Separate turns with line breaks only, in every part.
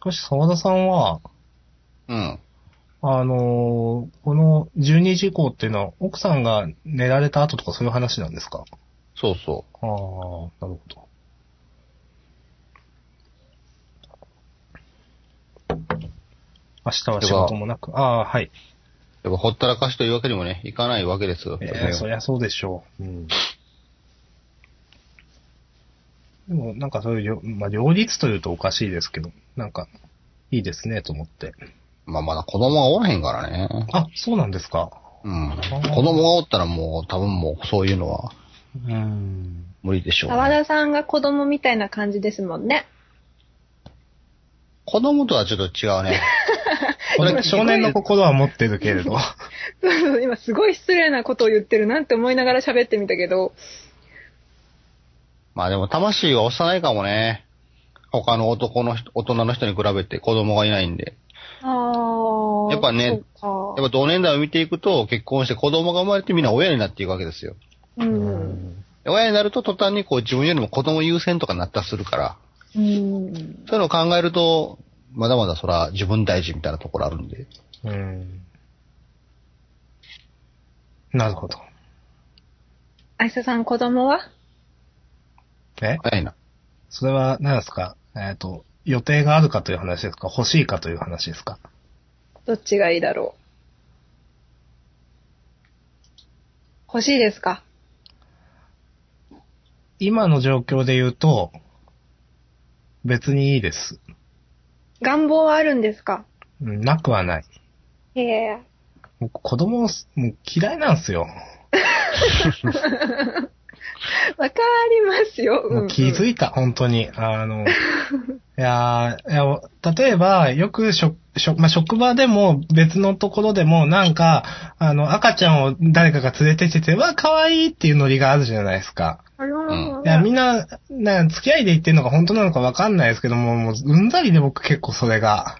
かし沢田さんは、
うん。
あのーこの12時以降っていうのは、奥さんが寝られた後とかそういう話なんですか
そうそ
ああ、なるほど。明日は仕事もなく、ああ、はい。
う。やっぱほったらかしというわけにもね、いかないわけですよ。
ええそりゃそうでしょう。うん。でも、なんかそういうよ、まあ、両立というとおかしいですけど、なんか、いいですね、と思って。
まあまだ子供がおらへんからね。
あ、そうなんですか。
うん。子供がおったらもう多分もうそういうのは
うん。
無理でしょう、
沢
ね。
田さんが子供みたいな感じですもんね。
子供とはちょっと違うね。
これ、少年の心は持ってるけれど。
そうそう今すごい失礼なことを言ってるなんて思いながら喋ってみたけど、
まあでも魂は幼いかもね。他の男の人、大人の人に比べて子供がいないんで。
ああ。
やっぱね
そ
やっぱ同年代を見ていくと結婚して子供が生まれてみんな親になっていくわけですよ。
うか。うん。
で親になると途端にこう自分よりも子供優先とかになったりするから、
う
そう
ん。
いうのを考えると、まだまだそら自分大事みたいなところあるんで。
うん。なるほど。
あいささん子供は
え
早いな。
それは、何ですかえっ、と、予定があるかという話ですか欲しいかという話ですか
どっちがいいだろう。欲しいですか
今の状況で言うと、別にいいです。
願望はあるんですか
うんなくはない。
へえ。
僕、子供す、もう嫌いなんですよ。
わかりますよ。
もう気づ
い
いた、本当に。あの、いやーいや例えば、よくしょ、しょ、まあ、職場でも別のところでも、なんか、あの、赤ちゃんを誰かが連れてきてて、わ、可愛いっていうノリがあるじゃないですか。
あらー
う
いや、みんな、な、付き合いで言ってんのか本当なのかわかんないですけども、もう、うんざりで僕結構それが。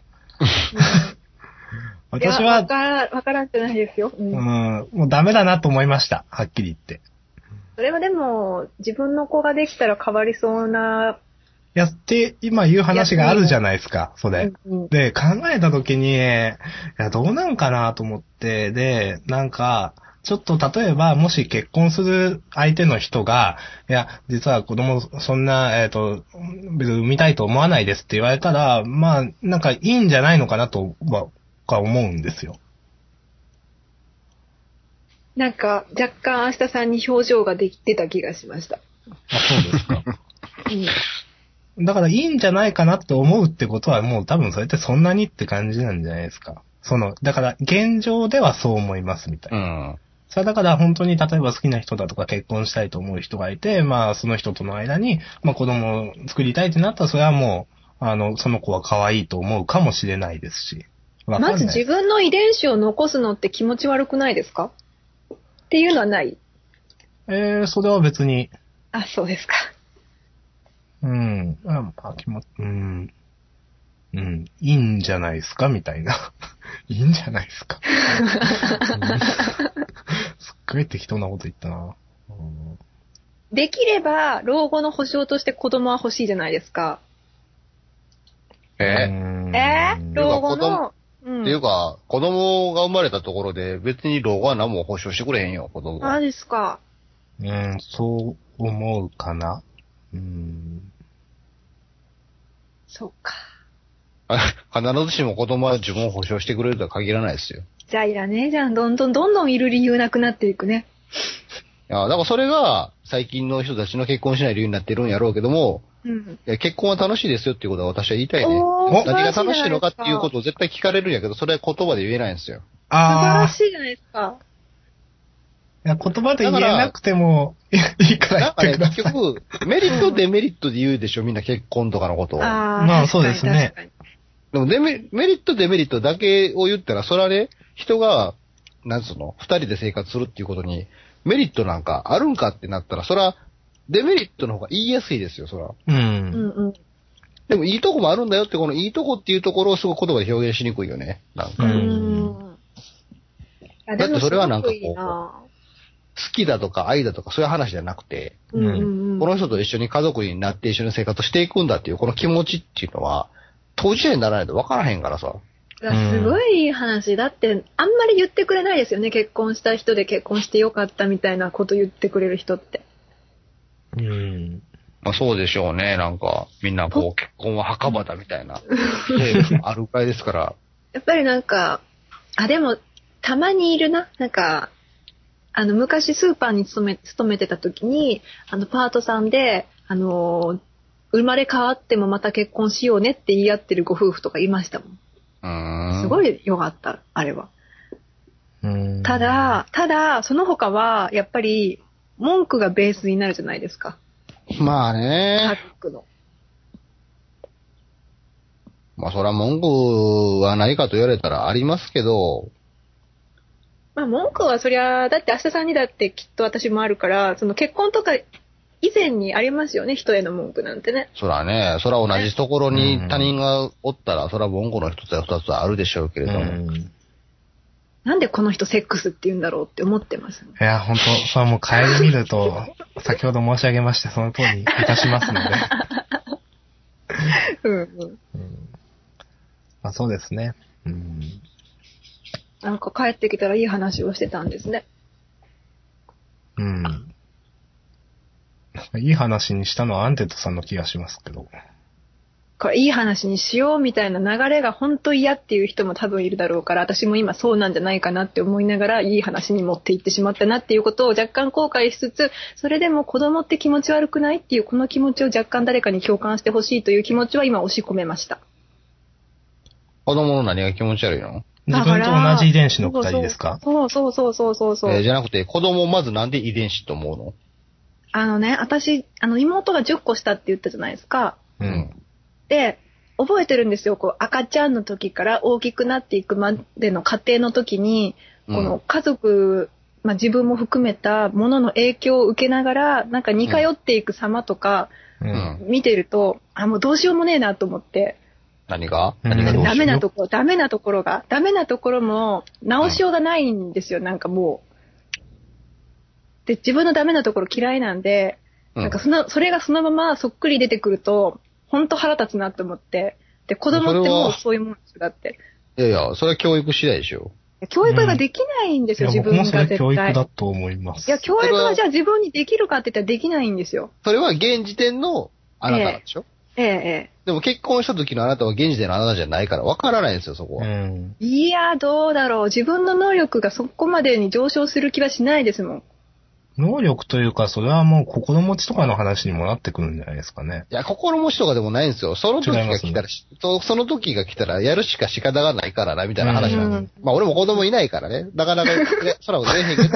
いや
私
わ
は、
からん、わからんじゃないですよ。う
うんん、もうダメだなと思いました。はっきり言って。
それはでも、自分の子ができたら変わりそうな、
やって、今言う話があるじゃないですか、それ。
うん
で、考えた時に、いや、どうなんかなと思って、で、なんか、ちょっと例えば、もし結婚する相手の人が、いや、実は子供、そんな、えっ、と、別に産みたいと思わないですって言われたら、まあ、なんかいいんじゃないのかなとは、は思うんですよ。
なんか、若干明日さんに表情ができてた気がしました。
あそうですか。
うん
だからいいんじゃないかなって思うってことは、もう多分それってそんなにって感じなんじゃないですか。その、だから現状ではそう思いますみたいな
う。ん。
それだから本当に例えば好きな人だとか結婚したいと思う人がいて、まあその人との間に、まあ子供を作りたいってなったらそれはもう、あの、その子は可愛いと思うかもしれないですし。わかん
ま
ない。
ず自分の遺伝子を残すのって気持ち悪くないですかっていうのはない
えー、それは別に、
あ、そうですか。
うん、あ、あ気持ち、うん、うん、いいんじゃないですかみたいな。 いいんじゃないです か。うんすっごい適当なこと言ったな。うん
できれば、老後の保障として子供は欲しいじゃないですか。
え、
うん
えー、老後
要は
の。う。
っていうんか、子供が生まれたところで別に老後は何も保証してくれへんよ、子供
マ
は。
ジですか。
うん、そう思うかな。うん。
そっか。
必ずしも子供は自分を保証してくれるとは限らないですよ。
じゃあいらねえじゃん。どんどんどんどんいる理由なくなっていくね。
いや、だからそれが最近の人たちの結婚しない理由になってるんやろうけども、
うん。
いや結婚は楽しいですよっていうことは私は言いたいね。
おー
何が
素晴らしいじ
楽し
ゃないですか
いのかっていうことを絶対聞かれるんやけど、それは言葉で言えないんですよ。
素晴
あ
ら
あ。
しいじゃないですか。
いや、言葉で言えなくてもいいいから
だか
言っ
ら
てくだ
結
さい。
局、メリット、デメリットで言うでしょ、みんな結婚とかのことを。で
あー
まあ
確かに
そうですね
確かに
もデメ、メリット、デメリットだけを言ったら、それはね、人が、なんつうの、二人で生活するっていうことに、メリットなんかあるんかってなったら、それは、デメリットの方が言いやすいですよ、それは。
う。
うんんうん。
でも、いいとこもあるんだよって、このいいとこっていうところをすごい言葉で表現しにくいよね。なんか、
う
うんんうんうん。
だってそれはなんかこう
いやでもすごくいいな
好きだとか愛だとかそういう話じゃなくて、
うんうんうん
この人と一緒に家族になって一緒に生活していくんだっていう、この気持ちっていうのは、当事者にならないと分からへんからさ。
いやすごいいい話。だって、あんまり言ってくれないですよね。結婚した人で結婚してよかったみたいなこと言ってくれる人って。
うん。
まあそうでしょうね。なんか、みんなこう、結婚は墓場だみたい な、テーマがあるかいですから。
やっぱりなんか、あ、でも、たまにいるな。なんか、あの、昔スーパーに勤め、勤めてた時に、あの、パートさんで、あのー、生まれ変わってもまた結婚しようねって言い合ってるご夫婦とかいましたもん。
うーん。
すごい良かった、あれは。
うん
た、だ、ただ、その他は、やっぱり、文句がベースになるじゃないですか。
まあ
タ
ね。
ックの。
まあそら文句はないかと言われたらありますけど、
まあ文句はそりゃ、だって明日さんにだってきっと私もあるから、その結婚とか以前にありますよね、人への文句なんてね。
そらね、そら同じところに他人がおったら、そら文句の一つや二つはあるでしょうけ
う
れども。
ん。
なんでこの人セックスって言うんだろうって思ってます。
いや、本当それはもう帰り見ると、先ほど申し上げました、その通りいたしますので。
うんうん。
うんまあそうですね。うん。
なんか帰ってきたらいい話をしてたんですね。
うん。いい話にしたのはアンテッドさんの気がしますけど。
これいい話にしようみたいな流れが本当嫌っていう人も多分いるだろうから、私も今そうなんじゃないかなって思いながら、いい話に持っていってしまったなっていうことを若干後悔しつつ、それでも子供って気持ち悪くないっていうこの気持ちを若干誰かに共感してほしいという気持ちは今押し込めました。
子供の何が気持ち悪いの
自分と同じ遺伝子のくだりですか
そうそうそうそうそうそうそう。
えーじゃなくて、子供をまずなんで遺伝子と思うの
あのね、私、あの妹が10個したって言ったじゃないですか。
う。。
うん
で、覚えてるんですよ。こう、赤ちゃんの時から大きくなっていくまでの過程の時に、こ
う
の
ん
家族、まあ、自分も含めたものの影響を受けながら、なんか似通っていく様とか
う
うん
ん。
見てると、あ、もうどうしようもねえなと思って、
何が
うん
何がどうしよ
ダ
う
メなところ、ダメなところが、ダメなところも直しようがないんですよ、なんかもう。で、自分のダメなところ嫌いなんで、
うん
なんかその、それがそのままそっくり出てくると、ほんと腹立つなと思って。で、子供ってもうそういうもんですよだって。
いやいや、それは教育次第でしょ。
教育ができないんで
い
すよ、
や、
自
僕
分
もそ
が
れ
絶
教育
対。
だと思います。
いや、教育
それ
は
は
じゃあ自分にできるかって言ったらできないんですよ。
それは現時点のあなたなんでしょ、
ええ、
でも結婚した時のあなたは現時点のあなたじゃないから、わからないんですよ、そ
う
こは。
ん。
ええ。いや、どうだろう。自分の能力がそこまでに上昇する気はしないですもん。
能力というか、それはもう心持ちとかの話にもなってくるんじゃないですかね。
いや、心持ちとかでもないんですよ。その時
違いま
が
すね
来たら、そその時が来たら、やるしか仕方がないからな、みたいな話なん
う
で
ん
す。まあ、俺も子供いないからね。なかなか、 ね、そらも出えへんけど、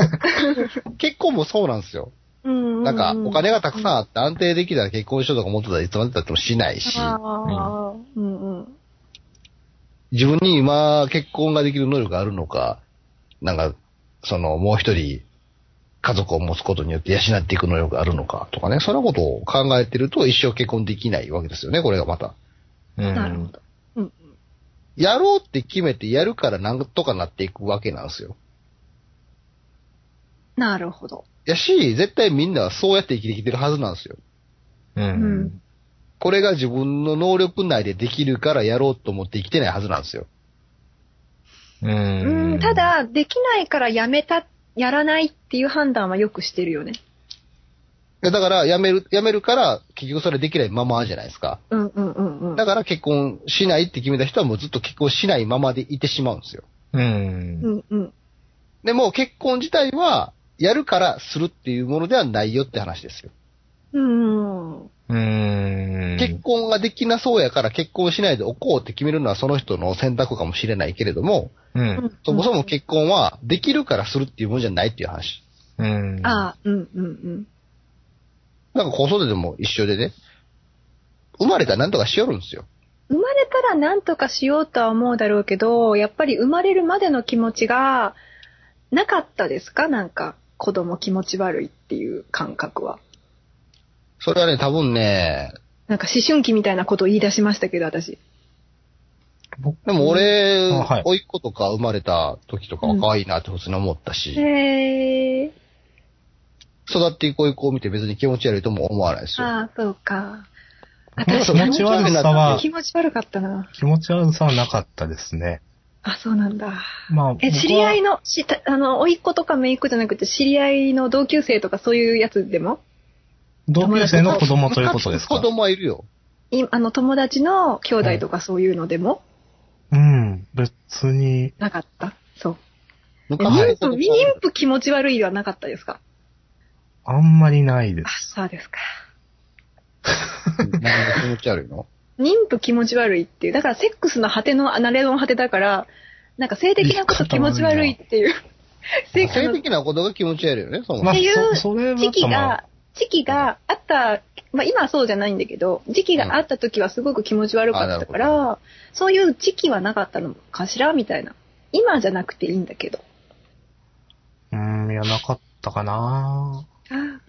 結婚もそうなんですよ。
うん。
なんか、お金がたくさんあって安定できたら結婚しようとか思ってたらいつまでたってもしないし、
ああ、うんうん。
自分に今結婚ができる能力があるのか、なんか、その、もう一人、家族を持つことによって養っていく能力があるのかとかね、そんなことを考えてると一生結婚できないわけですよね、これがまた。
う
なるほ
ん。
ど。うん
やろうって決めてやるからなんとかなっていくわけなんですよ。
なるほど。
やし、絶対みんなはそうやって生きてきてるはずなんですよ。
う
うんん。
これが自分の能力内でできるからやろうと思って生きてないはずなんですよ。
う
うんん、た、だ、できないからやめた、やらないっていう判断はよくしてるよね。
でだから、辞める、辞めるから、結局それできないままじゃないですか。
うんうんうんうん
だ。から結婚しないって決めた人はもうずっと結婚しないままでいてしまうんですよ。
うん
う。んうん。
でも結婚自体は、やるからするっていうものではないよって話ですよ。
うん。
うん。
結婚ができなそうやから結婚しないでおこうって決めるのはその人の選択かもしれないけれども、
うん。
そもそも結婚はできるからするっていうものじゃないっていう話。
うん。
ああ、うんうんうん。
なんか子育ても一緒でね、生まれたらなんとかしよるんですよ。
生まれたら何とかしようとは思うだろうけど、やっぱり生まれるまでの気持ちがなかったですかなんか、子供気持ち悪いっていう感覚は。
それはね、多分ね、
なんか思春期みたいなことを言い出しましたけど、私。
でも俺、
あはい
甥っ子とか生まれた時とかは可愛いなって普通に思ったし、
へえ。
育っていく甥っ子を見て別に気持ち悪いとも思わないですよ。
ああ、そうか。
気持ち悪さは
気、持ち悪かったな。
気持ち悪さはなかったですね。
あ、そうなんだ。
まあ、
え、
僕は
知り合いの、し、たあの、甥いっ子とか姪っ子じゃなくて、知り合いの同級生とかそういうやつでも
同級生の子供ということです
子
か
供はいるよ。
いあの、友達の兄弟とかそういうのでも
うん、別に。
なかった。そう。え
昔
はい
妊
の子
婦、
供はいる
妊婦気持ち悪いはなかったですか
あんまりないで
あ
す。、
そうですか。
何が気持ち悪い の
妊婦気持ち悪いっていう。だからセックスの果ての、あナレの果てだから、なんか性的なこと気持ち悪いっていう。性
性的なことが気持ち悪いよね、そも
ま
そも
あ
っていう
そそれは
時期
まあ
が、時期があった、まあ今はそうじゃないんだけど、時期があった時はすごく気持ち悪かったか
うんあ
ら、そういう時期はなかったのかしらみたいな。今じゃなくていいんだけど。
うん、いや、なかったかな
ああ。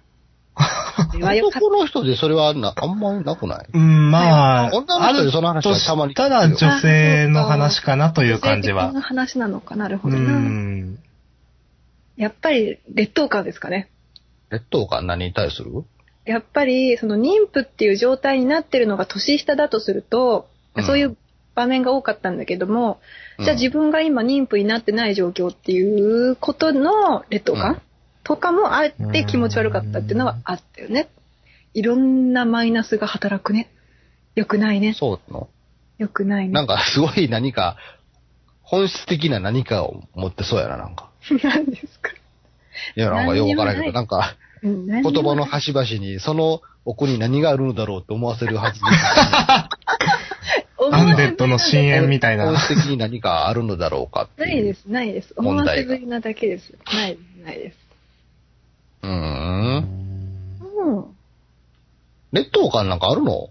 それはよ かっ
男の人でそれはあんな、あんまりなくない
うん、まあ、
女の人でその
ある
話
と
は
した
まに聞くよ
ら女性の話かなとい
た。
う感じ
性的
は。
な話なのかなるほ
う
どな。
ん。
やっぱり劣等感ですかね。
劣等感何に対する
やっぱり、その妊婦っていう状態になってるのが年下だとすると、
うん
そういう場面が多かったんだけども、じゃあ自分が今妊婦になってない状況っていうことの劣等
うん
感とかもあって気持ち悪かったっていうのはあったよね。いろんなマイナスが働くね。よくないね。
そうなの
よくない
な
ね
ん。かすごい何か、本質的な何かを持ってそうやな、なんか。
何ですか。
いや、なんかよくわからんけど、な
何
んか、
うん何
言
にも
葉の端々に、その奥に何があるのだろうって思わせるはずで
思わ
ア
せ
ン
ぶり
デッドの深淵みたい
本
な。
質的に何かあるのだろうかって
ない
いう。
です、ないです。思
問
わ
題
せ
が
ぶりなだけです。ないです、ないです。
うー。
うんん
うん。
劣等感なんかあるの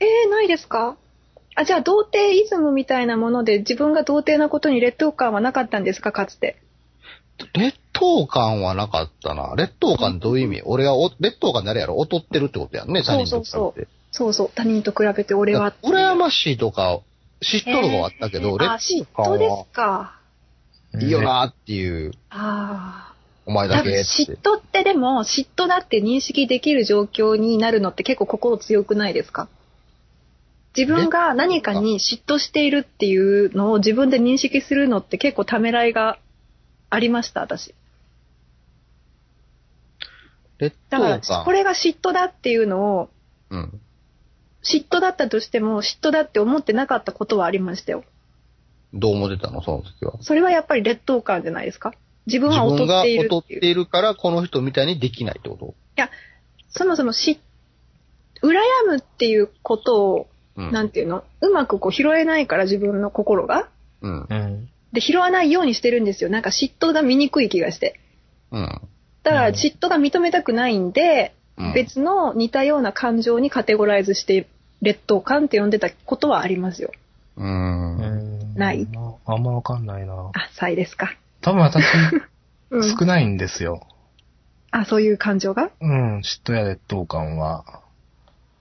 えー、ないですかあ、じゃあ、童貞イズムみたいなもので、自分が童貞なことに劣等感はなかったんですか、かつて。
劣等感はなかったな。劣等感どういう意味俺がお、劣等感であれやろ劣ってるってことやんね、他人と比べて。
そうそうそうそう、他人と比べて俺はっていう。
羨ましいとか、嫉妬とかはあったけど、
えーあ、
劣
嫉
等感
妬で
は
すか。
いいよなっていう、
あ
お前
あ。多
だ
分
けって。
嫉妬ってでも、嫉妬だって認識できる状況になるのって結構心強くないですか自分が何かに嫉妬しているっていうのを自分で認識するのって結構ためらいがありました、私。
劣
だ
等
から、こ
感。
れが嫉妬だっていうのを、
うん。
嫉妬だったとしても、嫉妬だって思ってなかったことはありましたよ。
どう思ってたのその時は。
それはやっぱり劣等感じゃないですか自分は劣
自分が
ってい
劣
る
っ
っていう。
ているから、この人みたいにできないってこと
そもそもし、羨むっていうことを、
うん。
なんていうのうまくこう拾えないから自分の心が。
うん。
うん。
で、拾わないようにしてるんですよ。なんか嫉妬が醜い気がして。
うん。
だから
うん
嫉妬が認めたくないんで、
うん
別の似たような感情にカテゴライズして、劣等感って呼んでたことはありますよ。
う。
うんん
ない
まああんまわかんないな。
あ、さいですか。
多分私、
うん。
少ないんです よ。
あ、そういう感情が
うん、嫉妬や劣等感は。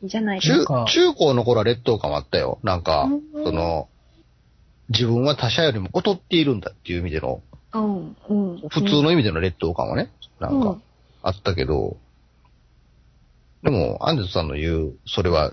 いいじゃないです
な
中
んか、
中高の頃は劣等感はあったよ。なんか
うん、
その、自分は他者よりも劣っているんだっていう意味での、
か。うん、うん。
普通の意味での劣等感はね、なん
う
か
ん、
あったけど、でも、アンデスさんの言う、それは、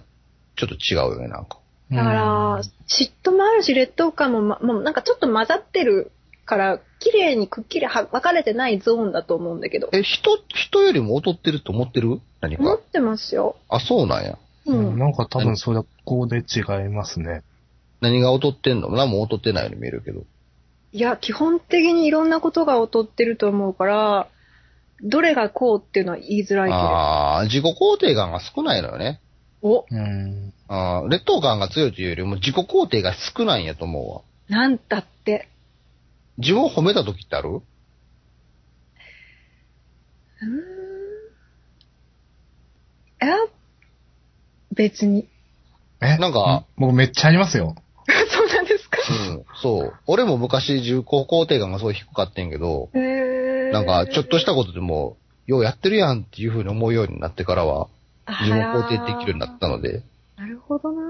ちょっと違うよね、なんか。
だから、嫉妬もあるし、劣等感も、ま、もうなんかちょっと混ざってるから、綺麗にくっきりは分かれてないゾーンだと思うんだけど。
え、人、人よりも劣ってると思ってる何
思
か
っ。てますよ。
あ、そうなんや。
う、
うんん。
なんか多分それこで違いますね。
何が劣ってんの何も劣ってないように見えるけど。
いや、基本的にいろんなことが劣ってると思うから、どれがこうっていうのは言いづらいけど。
ああ、自己肯定感が少ないのよね。
お、
うん。
あー劣等感が強いというよりも自己肯定が少ないんやと思うわ。
なんだって。
自分を褒めた時ってある
うーん。え別に。
え
なんか、
僕めっちゃありますよ。
そうなんですか
うん、そう。俺も昔自己肯定感がすごい低かったんやけど、
へー
なんか、ちょっとしたことでも、ようやってるやんっていうふうに思うようになってからは、自分を肯定できるようになったので、
なるほどな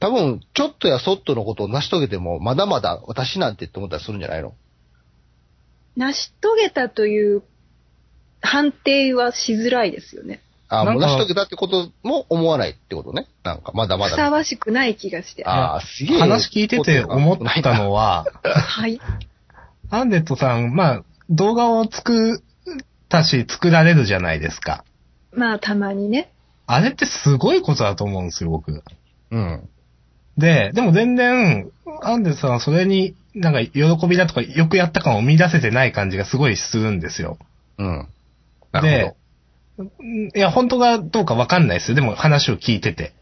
多分、ちょっとやそっとのことを成し遂げても、まだまだ私なんてって思ったりするんじゃないの
成し遂げたという判定はしづらいですよね。
ああーもう
なんか
成し遂げたってことも思わないってことね。なんか、まだま
ふさ
だ。
わしくない気がして。は
ああ、すげえ。
話聞いてて思ったのは、
い。
アンデットさん、まあ、動画を作ったし、作られるじゃないですか。
まあ、たまにね。
あれってすごいことだと思うんですよ、僕。
うん。
で、でも全然、アンデスさんはそれに、なんか、喜びだとか、よくやった感を生み出せてない感じがすごいするんですよ。
うん。なるほ
うんいや、本当がどうかわかんないですよ。でも話を聞いてて。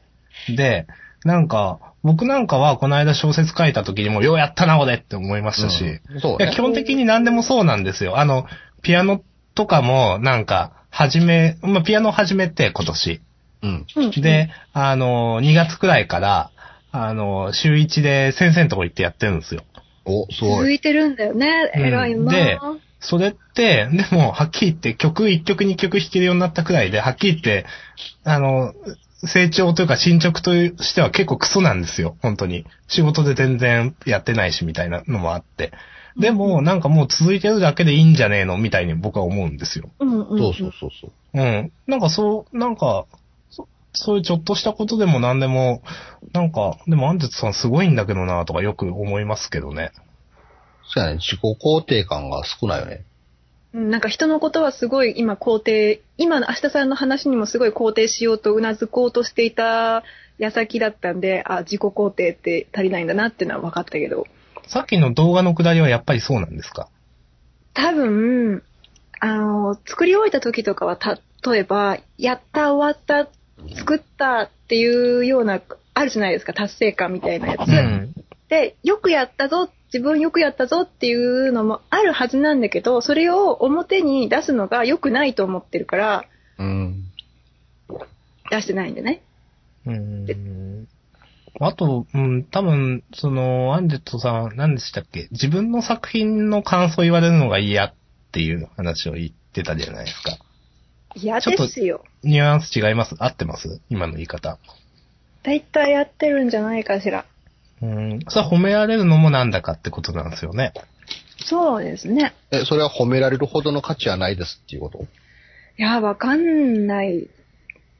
で、なんか、僕なんかはこの間小説書いた時にも、ようやったな、俺って思いま
ど。
したし、
うんそう
いや
ね
基。本的に何でもそうなんですよ。あの、ピアノとかも、なんか、始め、まあ、ピアノを始めて今年。
うん。
うん、
で、あの、2月くらいから、あの、週1で先生のとこ行ってやってるんですよ。
お、すご
続
い。
いてるんだよね。
うん
偉いな、
でそれって、でも、はっきり言って曲1曲2曲弾けるようになったくらいで、はっきり言って、あの、成長というか進捗としては結構クソなんですよ、本当に。仕事で全然やってないしみたいなのもあって。でも、なんかもう続いてるだけでいいんじゃねえのみたいに僕は思うんですよ。
うんうん、うん。
そうそうそうそう。
うん。なんかそう、なんか、そそういうちょっとしたことでも何でも、なんか、でもアンジェットさんすごいんだけどなとかよく思いますけどね。
そうやね。自己肯定感が少ないよね。
うんなんか人のことはすごい今肯定、今の明日さんの話にもすごい肯定しようとうなずこうとしていた矢先だったんで、あ、自己肯定って足りないんだなってのは分かったけど、
さっきの動画のくだりはやっぱりそうなんですか
多分、あの、作り終えた時とかは、例えば、やった、終わった、作ったっていうような、あるじゃないですか、達成感みたいなやつ。
うん。
で、よくやったぞ、自分よくやったぞっていうのもあるはずなんだけど、それを表に出すのが良くないと思ってるから、
うん。
出してないんでね。
うん。あと、うん、多分、その、アンジェットさん、何でしたっけ自分の作品の感想言われるのが嫌っていう話を言ってたじゃないですか。
嫌
ちょっと
ですよ。
ニュアンス違います合ってます今の言い方。
だいたいやってるんじゃないかしら。
うん。それは褒められるのもなんだかってことなんですよね。
そうですね。
え、それは褒められるほどの価値はないですっていうこと
いや、わかんない。い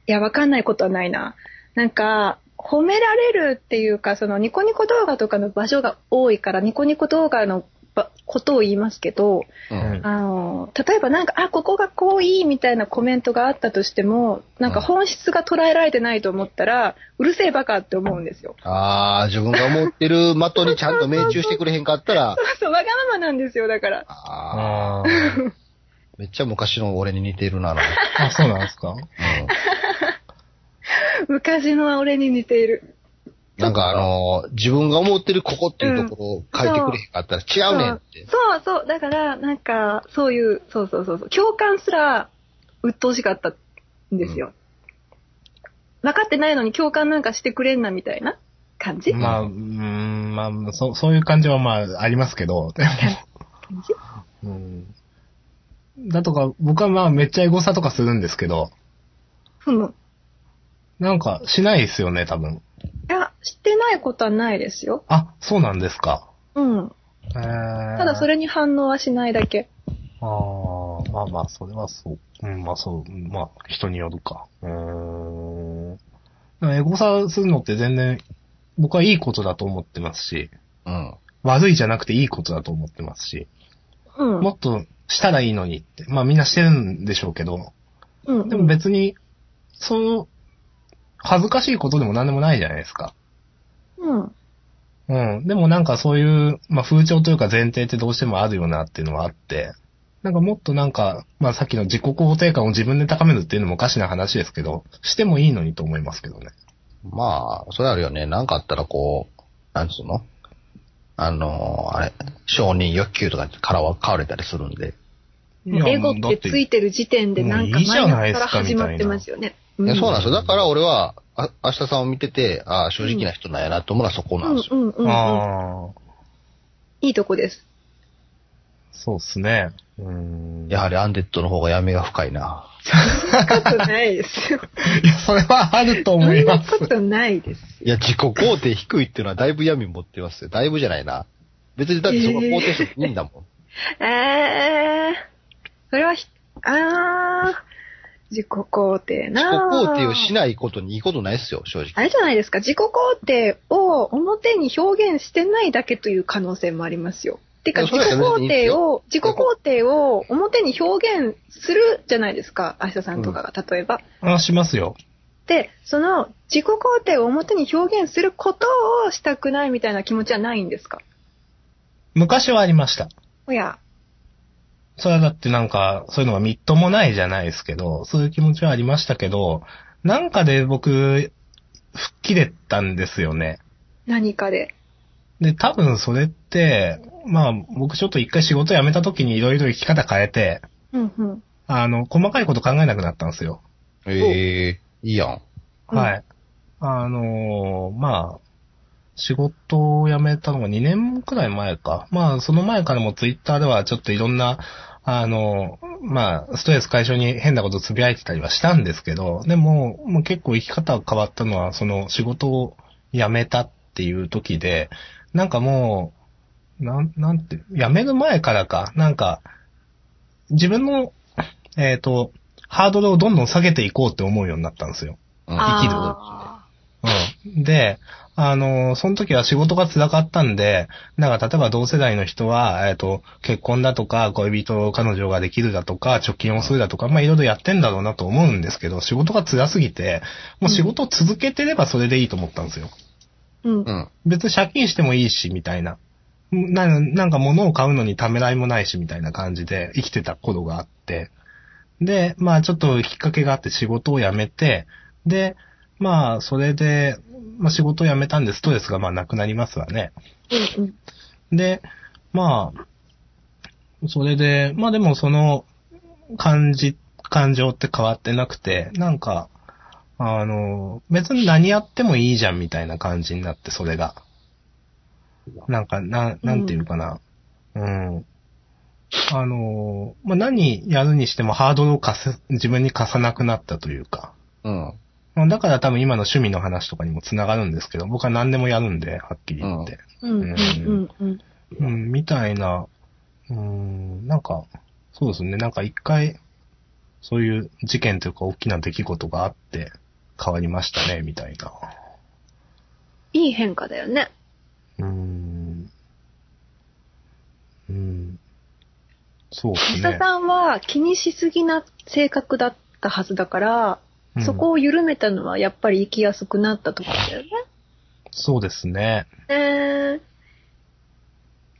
や、わかんないことはないな。なんか、褒められるっていうか、そのニコニコ動画とかの場所が多いから、ニコニコ動画のばことを言いますけど、
う
うん
ん。
あの、例えばなんか、あ、ここがこういいみたいなコメントがあったとしても、なんか本質が捉えられてないと思ったら、うるせえバカって思うんですよ。
ああ、自分が思ってる的にちゃんと命中してくれへんかったら、
そう、わがままなんですよ、だから。
あ
あ
あ、
あ。
めっちゃ昔の俺に似てるな、なんか
あ、そうなんですか
うん
昔の俺に似ている。
なんかあのー自分が思ってるここっていうところを書いてくれへんかったら違うねんって。
そうそう。だから、なんか、そういう、そうそうそうそう。共感すら、鬱陶しかったんですよ。分かってないのに共感なんかしてくれんな、みたいな感じ、
まあ、うーん、まあ、そう、そういう感じはまあ、ありますけど、で
感じ
もうんだとか、僕はまあ、めっちゃエゴサとかするんですけど、
ふむ。
なんか、しないですよね、多分。
いや、知ってないことはないですよ。
あ、そうなんですか。
うん。
えー、
た
た
だそ
れ。
れに反応はしないだけ。
あーまあまあ、それはそう。うん、まあそう、まあ、人によるか。うーん。でもエゴサするのって全然、僕はいいことだと思ってますし、
うん。
悪いじゃなくていいことだと思ってますし、
うん。
もっとしたらいいのにって、まあみんなしてるんでしょうけど、
うんうん、
でも別に、そう、恥ずかしいことでも何でもないじゃないですか。
うん。
うん。でもなんかそういう、まあ風潮というか前提ってどうしてもあるよなっていうのはあって、なんかもっとなんか、まあさっきの自己肯定感を自分で高めるっていうのもおかしな話ですけど、してもいいのにと思いますけどね。
まあ、それあるよね。なんかあったらこう、なんつうのあのーあれ、承認欲求とかからは変われたりするんで。
いや
エゴっ
だって
ついてる時点でなんか
もういいじ
マイ
ゃ
ナ
ない
ス
で
か
す
ら
か
始まってますよね。
いうや
ん
そうなんですよ。だから俺は、あ明日さんを見てて、ああ、正直な人なんやなと思うのはそこなんですよ。
うんうんうんうん、
ああ、
いいとこです。
そうっすね。うん。
やはりアンデッドの方が闇が深いな。
そんなことないですよ。
いや、それはあると
そ
思い
んな
ます。
ことないです。
いや、自己肯定低いっていうのはだいぶ闇持ってますよ。だいぶじゃないな。別にだってそこは肯定していいんだもん。
えー、それはひ、あー、自己肯定
自己
な
肯定をしないことにいいことないっすよ、正直。
あれじゃないですか、自己肯定を表に表現してないだけという可能性もありますよ。てか、
いや
自
それは
己肯
別
定を、
にいい
自
で
己
すよ
肯定を表に表現するじゃないですか、明日さんとかが、例えば。
あしますよ。
で、その自己肯定を表に表現することをしたくないみたいな気持ちはないんですか
昔はありました。
おや、
それはだってなんか、そういうのがみっともないじゃないですけど、そういう気持ちはありましたけど、なんかで僕、吹っ切れたんですよね。
何かで。
で、多分それって、まあ僕ちょっと一回仕事辞めた時にいろいろ生き方変えて、
うんうん。
あの、細かいこと考えなくなったんですよ。
ええいいやん。
うん
はい。あのーまあ、仕事を辞めたのが2年くらい前か。まあ、その前からもツイッターではちょっといろんな、あのーまあ、ストレス解消に変なことつぶやいてたりはしたんですけど、でも、もう結構生き方が変わったのは、その仕事を辞めたっていう時で、なんかもう、なん、なんて、辞める前からか、なんか、自分の、えっ、と、ハードルをどんどん下げていこうって思うようになったんですよ。
う
き
ん
る
あ
うん。で、あの、その時は仕事が辛かったんで、なんか例えば同世代の人は、えっ、と、結婚だとか、恋人、彼女ができるだとか、貯金をするだとか、まあいろいろやってんだろうなと思うんですけど、仕事が辛すぎて、もう仕事を続けてればそれでいいと思ったんですよ。
ーうん。
うん。
別に借金してもいいし、みたいな。な、なんか物を買うのにためらいもないし、みたいな感じで生きてた頃があって。で、まあちょっときっかけがあって仕事を辞めて、で、まあそれで、まあ仕事を辞めたんでストレスがまあなくなりますわね。
うんうん。
で、まあ、それで、まあでもその、感じ、感情って変わってなくて、なんか、あの、別に何やってもいいじゃんみたいな感じになって、それが。なんか、な、なんていうかな。うん。あの、まあ何やるにしてもハードルを貸す、自分に貸さなくなったというか。
うん。
まあだから多分今の趣味の話とかにも繋がるんですけど、僕は何でもやるんで、はっきり言って。
うんうんうんうん。
うん、みたいな、うん、なんか、そうですね、なんか一回、そういう事件というか大きな出来事があって、変わりましたね、みたいな。
いい変化だよね。
うん。うん。そうです
吉
ね
田。さんは気にしすぎな性格だったはずだから、そこ
うん
を緩めたのはやっぱり生きやすくなったところだよね。
そうですね。
え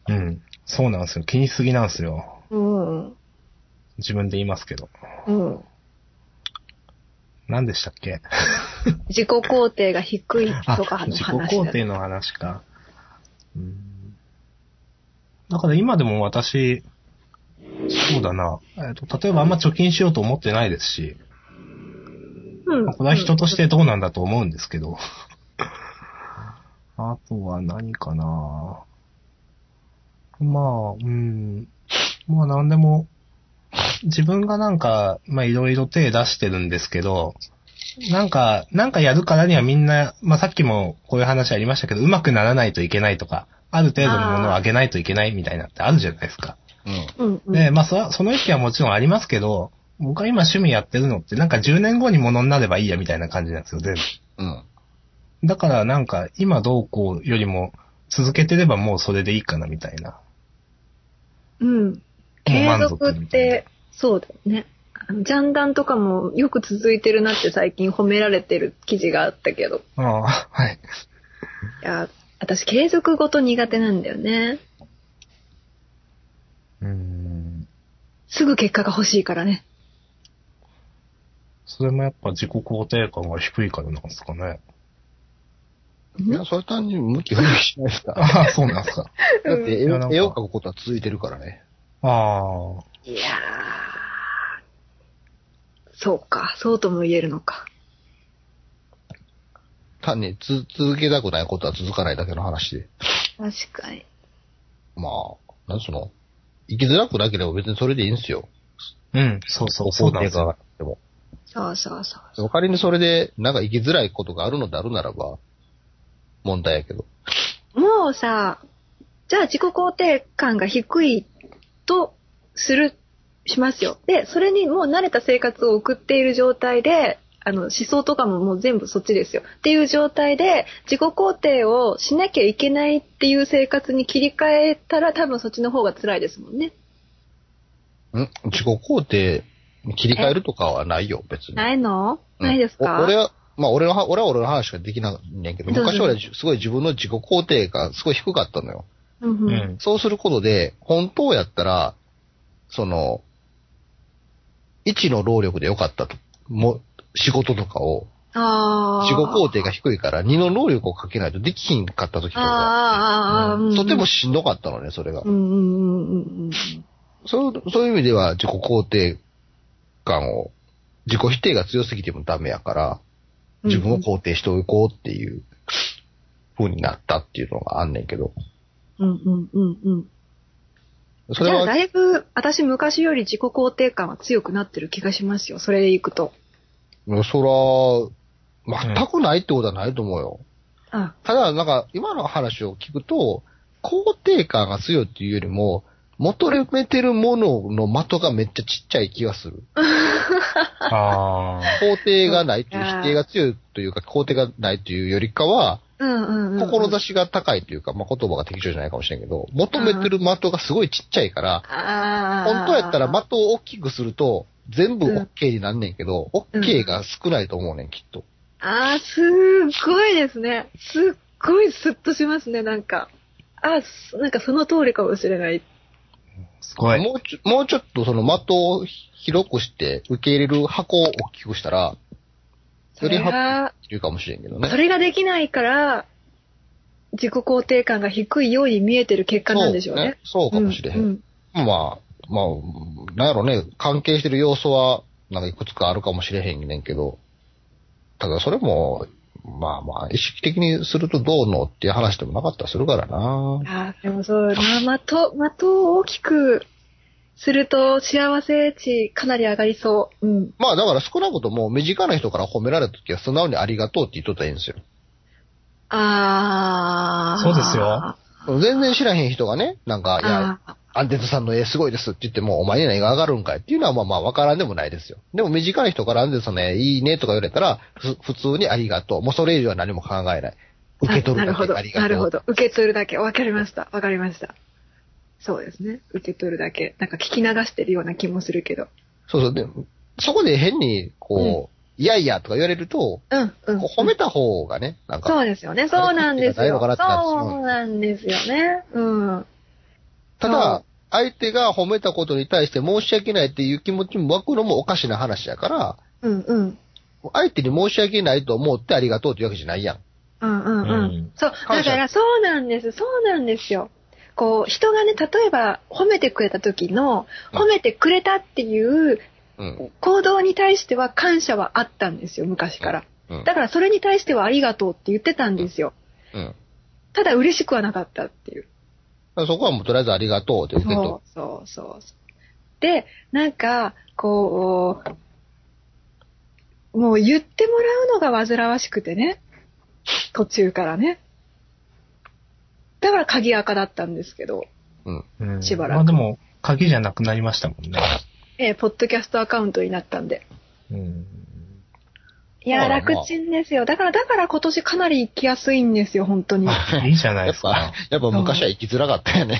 うん。そうなんですよ。気にしすぎなんですよ。
ー、うん、
自分で言いますけど。
うん。
何でしたっけ
自己肯定が低い
あ
とかの
自己
話だ
肯定
ね。
の話か。うんだから今でも私、そうだな。えっと、例えばあんま貯金しようと思ってないですし、
うん
まあこれは人としてどうなんだと思うんですけど。 あとは何かなまあ、うん。まあ何でも、自分がなんか、まあいろいろ手出してるんですけど、なんか、なんかやるからにはみんな、まあさっきもこういう話ありましたけど、うまくならないといけないとか、ある程度のものをあげないといけないみたいなってあるじゃないですか。
うん。
うんうん
で、まあそ、その意識はもちろんありますけど、僕は今趣味やってるのって、なんか10年後にものになればいいやみたいな感じなんですよ、全部。
うん。
だからなんか、今どうこうよりも、続けてればもうそれでいいかなみたいな。
うん。継
もう満足
続って、そうだよね。あのジャンダンとかもよく続いてるなって最近褒められてる記事があったけど。
ああ、はい。
いや、私継続ごと苦手なんだよね。
うーん。
すぐ結果が欲しいからね。
それもやっぱ自己肯定感が低いからなんですかね。
いや、それ単に向き不向きしないですか。
ああ、そうなんですか。
だって絵
いやなん
を
か
絵を描くことは続いてるからね。
ああ。
いやー、そうか、そうとも言えるのか。
単につ続けたくないことは続かないだけの話で。
確かに。
まあ、なんその、生きづらくなければ別にそれでいいんですよ。
うん、そうそう、そうなんですよ。
肯定がでも。
そうそうそう。
でも仮にそれで、なんか生きづらいことがあるのであるならば、問題やけど。
もうさ、じゃあ自己肯定感が低いとするしますよ。で、それにもう慣れた生活を送っている状態で、あの、思想とかももう全部そっちですよ。っていう状態で、自己肯定をしなきゃいけないっていう生活に切り替えたら、多分そっちの方が辛いですもんね。
ん自己肯定に切り替えるとかはないよ、別に。
ないいの
うん
ないですか
お俺は、まあ俺のは、俺は俺の話ができないんやけど、
どうぞ
昔俺、すごい自分の自己肯定がすごい低かったのよ。
うんう。
うんん。
そうすることで、本当やったら、その、一の労力でよかったと。も、仕事とかを、
ああ。
自己肯定が低いから、二の労力をかけないとできひんかった時とか、
あーあー、あーあー、うんうん
とてもしんどかったのね、それが
う。んうんうんうんうん。
そう、そういう意味では自己肯定感を、自己否定が強すぎてもダメやから、自分を肯定しておこうっていう風になったっていうのがあんねんけど、
うんうんうんうん。
それ
じゃあだ
は、
いぶ私昔より自己肯定感は強くなってる気がしますよ。それでいくと。
そら、全くないってことはないと思うよ。
あ
ただ、なんか、今の話を聞くと、肯定感が強いっていうよりも、求めてるものの的がめっちゃちっちゃい気がする。
ああ。
肯定がないという、
そうか
否定が強いというか、肯定がないというよりかは、
うんうんうんうん。
志が高いというか、まあ、言葉が適当じゃないかもしれんけど、求めてる的がすごいちっちゃいから、
ああ。
本当やったら
ま、
的を大きくすると、全部
うん
OK になんねんけど、OK が少ないと思うねん、きっと。
ああ、すっごいですね。すっごいスッとしますね、なんか。ああ、なんかその通りかもしれない。
すごい。
もうちょもうちょっとその的を広くして、受け入れる箱を大きくしたら、
そ
より
れ
ハッ
が、
ピーいるかもしれんけど
そ
ね。
れができないから、自己肯定感が低いように見えてる結果なんでしょうね。
そうね。そうかもしれへん。
うん
まあ、まあ、なんやろね、関係してる要素は、なんかいくつかあるかもしれへんねんけど、ただそれも、まあまあ、意識的にするとどうのっていう話でもなかったりするからな
うん。ああ、でもそう、まあ、的、的を大きくすると幸せ値かなり上がりそう。うん。
まあだから少なくとも身近な人から褒められた時は素直にありがとうって言っとったらいいんですよ。
ああ。
そうですよ
あ
全然知らへん人がね、なんか、いや、
あ。
アンデッドさんの絵すごいですって言っても、お前に何が上がるんかいっていうのはまあまあわからんでもないですよ。でも身近な人からアンデッドさんの絵いいねとか言われたら、ふ普通にありがとう。もうそれ以上は何も考えない。受け取
あ
るだ
なるほど。
けありがとう。
なるほど。受け取るだけ。わかりました。わかりました。そうですね。受け取るだけ。なんか聞き流してるような気もするけど。
そうそう。で、そこで変に、こう、いやいやとか言われると、
うん、うん。
こう褒めた方がね、なんか、
そうですよね。そうなんです
あれ
よ。
こ
そ
っちがないのかなっ
う
てなってしまう
なんですよね。うん。
た
そう
だ、相手が褒めたことに対して申し訳ないっていう気持ちも湧くのもおかしな話やから、
うん、うん。
相手に申し訳ないと思ってありがとうというわけじゃないやん。
うんうんう
うんん。
そう、だ
感謝
からそうなんです、そうなんですよ。こう、人がね、例えば褒めてくれた時の、
うん
褒めてくれたっていう
うん。
行動に対しては感謝はあったんですよ、昔から。
うん。
だからそれに対してはありがとうって言ってたんですよ。
うん。
ただ嬉しくはなかったっていう。
そこはもうとりあえずありがとうって受け取る
そ。うそうそうそう。で、なんか、こう、もう言ってもらうのが煩わしくてね。途中からね。だから鍵垢だったんですけど、
うん
しばらく
まあでも、鍵じゃなくなりましたもんね。
えーポッドキャストアカウントになったんで。
うん。
いやー、
あらまあ
楽ちんですよ。だから、だから今年かなり行きやすいんですよ、本当 に。
いいじゃない
や
で
っ
す
ぱ
か。、
やっぱ昔は生きづらかったよね。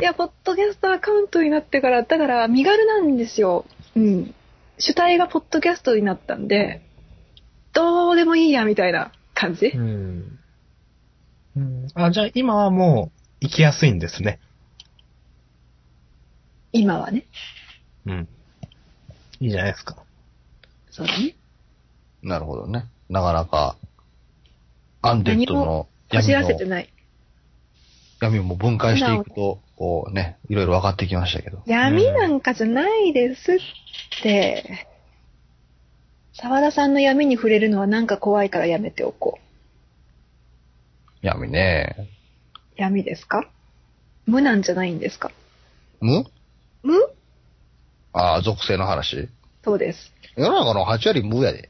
いや、ポッドキャストアカウントになってから、だから身軽なんですよ。うん。主体がポッドキャストになったんで、どうでもいいや、みたいな感じ
う。ん。うんあ、じゃあ今はもう、行きやすいんですね。
今はね。
うん。いいじゃないですか。
そうだね。
なるほどね。なかなか、アンデッドの
こじ
闇
ら
の
せてない。
闇も分解していくと、こうね、いろいろ分かってきましたけど。
闇なんかじゃないですって。沢田さんの闇に触れるのはなんか怖いからやめておこう。
闇ね。
闇ですか無なんじゃないんですか
む
無
ああ、属性の話。
そうです。
世の中の8割無やで。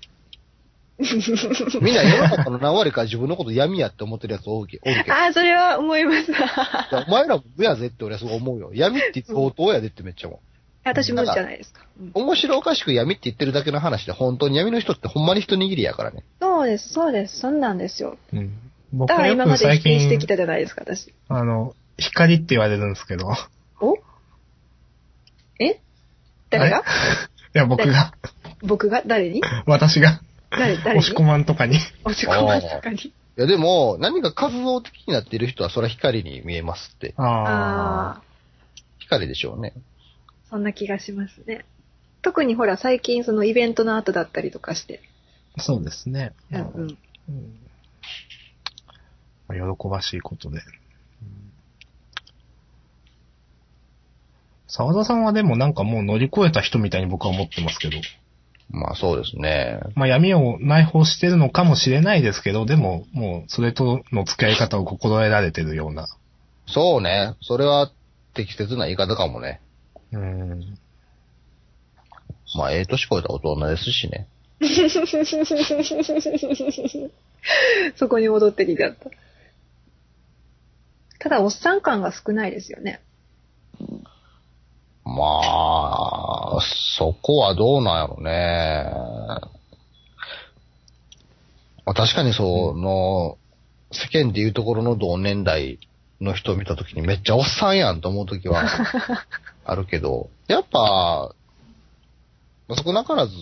みんな世の中の何割か自分のこと闇やって思ってるやつ多いけおるけど。
ああ、それは思います。
いやお前らも無やぜって俺はすごい思うよ。闇って相当やでってめっちゃ思う。
私もじゃないですか。うん
面白おかしく闇って言ってるだけの話で、本当に闇の人ってほんまに一握りやからね。
そうです、そうです、そんなんですよ。
うん。
だ
僕
から
よ
今ま
く
で
最
否定してき
近、
たじゃないですか、私。
あの、光って言われるんですけど。
おえ誰が
あれ いや、僕が、
僕が誰に
私が、
誰誰に
押し込まんとかに。
押し込まんとかに。
いやでも、何か活動的になっている人はそれは光に見えますって。
ああ。
ああ、
光でしょうね。
そんな気がしますね。特にほら、最近そのイベントの後だったりとかして。
そうですね。
う
うん
ん。
うん喜ばしいことで。うん沢田さんはでもなんかもう乗り越えた人みたいに僕は思ってますけど。
まあそうですね。
まあ闇を内包してるのかもしれないですけど、でももうそれとの付き合い方を心得られてるような。
そうね。それは適切な言い方かもね。
うん。
まあ、ええ年越えた大人ですしね。
そこに戻ってきちゃった。ただ、おっさん感が少ないですよね。
まあ、そこはどうなんやろね。まあ、確かにその、世間でいうところの同年代の人を見たときにめっちゃおっさんやんと思うときはあるけど、やっぱ、まあ少なからず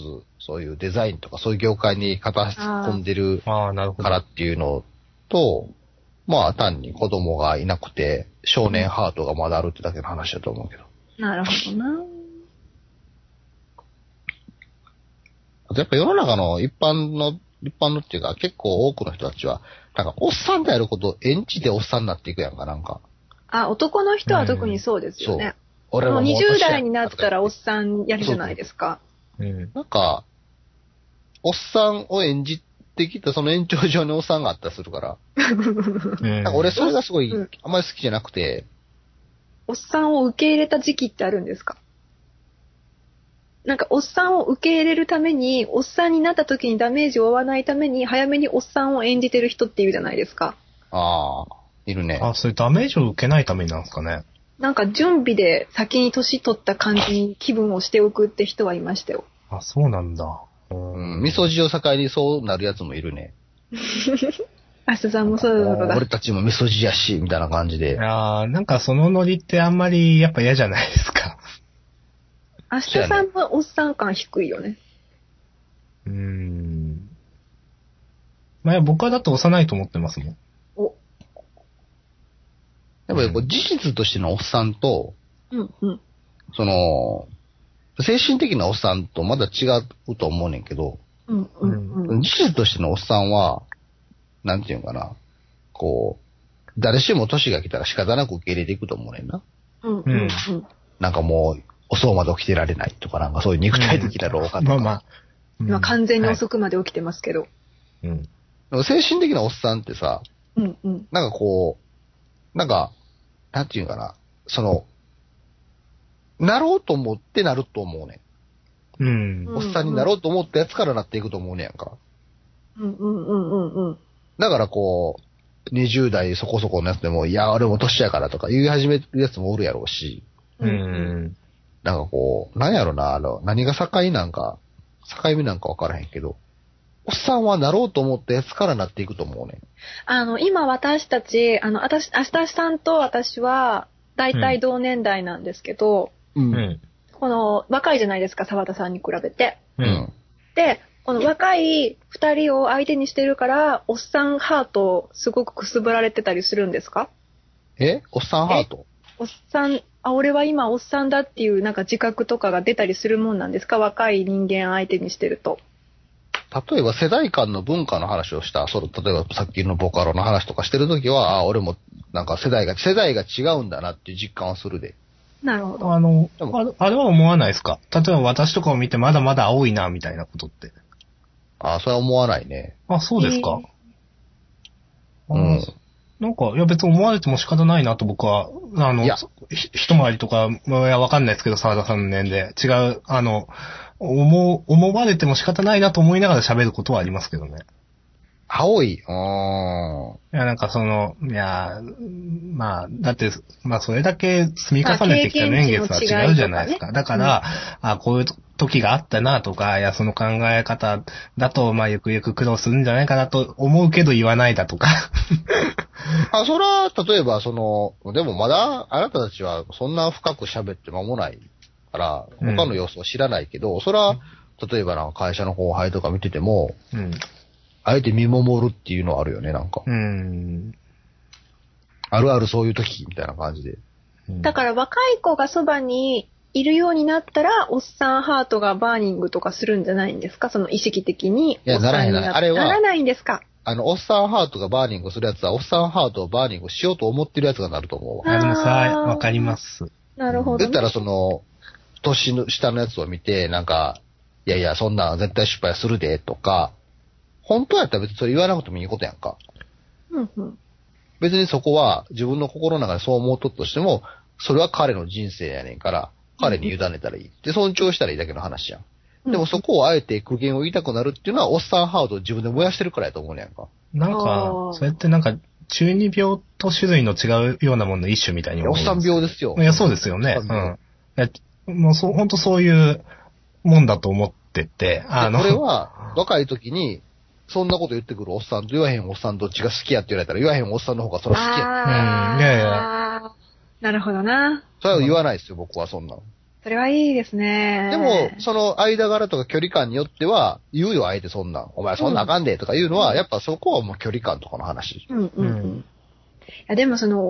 そういうデザインとかそういう業界に片足突っ込んでる
ああ、なるほ
か
ど。
らっていうのと、まあ単に子供がいなくて少年ハートがまだあるってだけの話だと思うけど。
なるほどな。
あとやっぱ世の中の一般の、一般のっていうか結構多くの人たちは、なんかおっさんであることを演じておっさんになっていくやんか、なんか。
あ、男の人は特にそうですよね。
俺
もう
はもう
20代になったらおっ
さ
さんやるじゃないですか。
うん。
ん。なんか、おっさんを演じてきたその延長上におっさんがあったりするから。
うん
なんか俺それがすごい
うん、
あんまり好きじゃなくて、
おっさんを受け入れた時期ってあるんですかなんか、おっさんを受け入れるために、おっさんになった時にダメージを負わないために、早めにおっさんを演じてる人っているじゃないですか。
ああ、いるね。
あ、それダメージを受けないためになんですかね。
なんか、準備で先に年取った感じに気分をしておくって人はいましたよ。
あ、そうなんだ。う
うん、味噌汁を境にそうなるやつもいるね。
あすさんもそうなの
もう
だ
俺。たちも味噌汁やし、みたいな感じで。
ああ、なんかそのノリってあんまりやっぱ嫌じゃないですか。
あすさんもおっさん感低いよね。
うーん。まあいや、僕はだって幼いと思ってますもん。
お、
やっぱりこう事実としてのおっさんと、
うんうん。
その、精神的なおっさんとまだ違うと思うねんけど、
うんうんうん。
事実としてのおっさんは、なんていうんかな、こう、誰しも年が来たら仕方なく受け入れていくと思うねんな。
うんうんうん。
なんかもう、遅うまで起きてられないとか、なんかそういう肉体的な老化とか。
まあまあ。うん
今完全に
はい
遅くまで起きてますけど。
うん。
でも精神的なおっさんってさ、
うんうん。
なんかこう、なんか、なんていうんかな、その、なろうと思ってなると思うね
うん
うん
ん。おっさんになろうと思ったやつからなっていくと思うねやんか。
うんうんうんうんうん。
だからこう、20代そこそこのやつでも、いや、俺も年やからとか言い始めるやつもおるやろうし、
う。ん。
なんかこう、なんやろな、あの、何が境なんか、境目なんかわからへんけど、おっさんはなろうと思ったやつからなっていくと思うねん。
あの、今私たち、あの、あたし、あしたしさんと私は、大体同年代なんですけど、
う
うん。
ん。
この、若いじゃないですか、沢田さんに比べて。
う。
うんん。
で、この若い二人を相手にしてるから、おっさんハート、すごくくすぶられてたりするんですか
えおっさんハート
おっさん、あ、俺は今おっさんだっていうなんか自覚とかが出たりするもんなんですか若い人間相手にしてると。
例えば世代間の文化の話をした、その、例えばさっきのボカロの話とかしてるときは、ああ、俺もなんか世代が、世代が違うんだなっていう実感はするで。
なるほど。
あの、
でも
あれあれは思わないですか例えば私とかを見てまだまだ青いな、みたいなことって。
ああ、それは思わないね。
あ、そうですか、
う
あ
ん
の。なんか、いや別に思われても仕方ないなと僕は、あの、
いや
ひ一回りとか、まあいやわかんないですけど、沢田さんの年で。違う、あの、思う、思われても仕方ないなと思いながら喋ることはありますけどね。
青い。うーん。
いや、なんかその、いや、まあ、だって、まあそれだけ積み重ねてきた
ま
年
あ経験値の
月は違うじゃないですか。
違いとかね
だから、あこういう時があったなとか、いや、その考え方だと、まあゆくゆく苦労するんじゃないかなと思うけど言わないだ とか。
あ、そら、例えば、その、でもまだ、あなたたちはそんな深く喋って間もないから、
うん
他の様子は知らないけど、そら、例えばなんか会社の後輩とか見てても、
うん。
あえて見守るっていうのあるよね、なんか。
うん。
あるあるそういう時、みたいな感じで。
だから若い子がそばにいるようになったら、おっさんハートがバーニングとかするんじゃないんですかその意識的に。
いやならへんならへん
おっさ
あれ
に
は
ならないんですか
あの、おっさんハートがバーニングするやつは、おっさんハートをバーニングしようと思ってるやつがなると思うわ。
あでも
あー
さ、わかります。
なるほど
言っ
ね、
たら、その、年の下のやつを見て、なんか、いやいや、そんなん絶対失敗するで、とか、本当やったら別にそれ言わなくてもいいことやんか。
うんうん。
別にそこは自分の心の中でそう思うとっとしても、それは彼の人生やねんから、彼に委ねたらいい。で、尊重したらいいだけの話やん。でもそこをあえて苦言を言いたくなるっていうのは、おっさんハートを自分で燃やしてるからやと思うねやんか。
なん
あ
か
ー、
それってなんか、中二病と種類の違うようなものの一種みたいに
お
思
っ
います
さん病ですよ。
いや、そうですよね。
お
う
っ
ん
さん
い
病。
やもうそう、本当そういうもんだと思ってて、あ
で
の、
これは、若い時に、そんなこと言ってくるおっさんと言わへんおっさんどっちが好きやって言われたら、言わへんおっさんの方がそれは好きや。
ああ、
うんいやいや
なるほどな。
それは言わないですよ、僕はそんなの。
それはいいですね。
でも、その間柄とか距離感によっては、言うよ、あえてそんなん。お前そんなんあかんで、とか言うのは、やっぱそこはもう距離感とかの話。
うんうんうん。
うん
いや、でもその、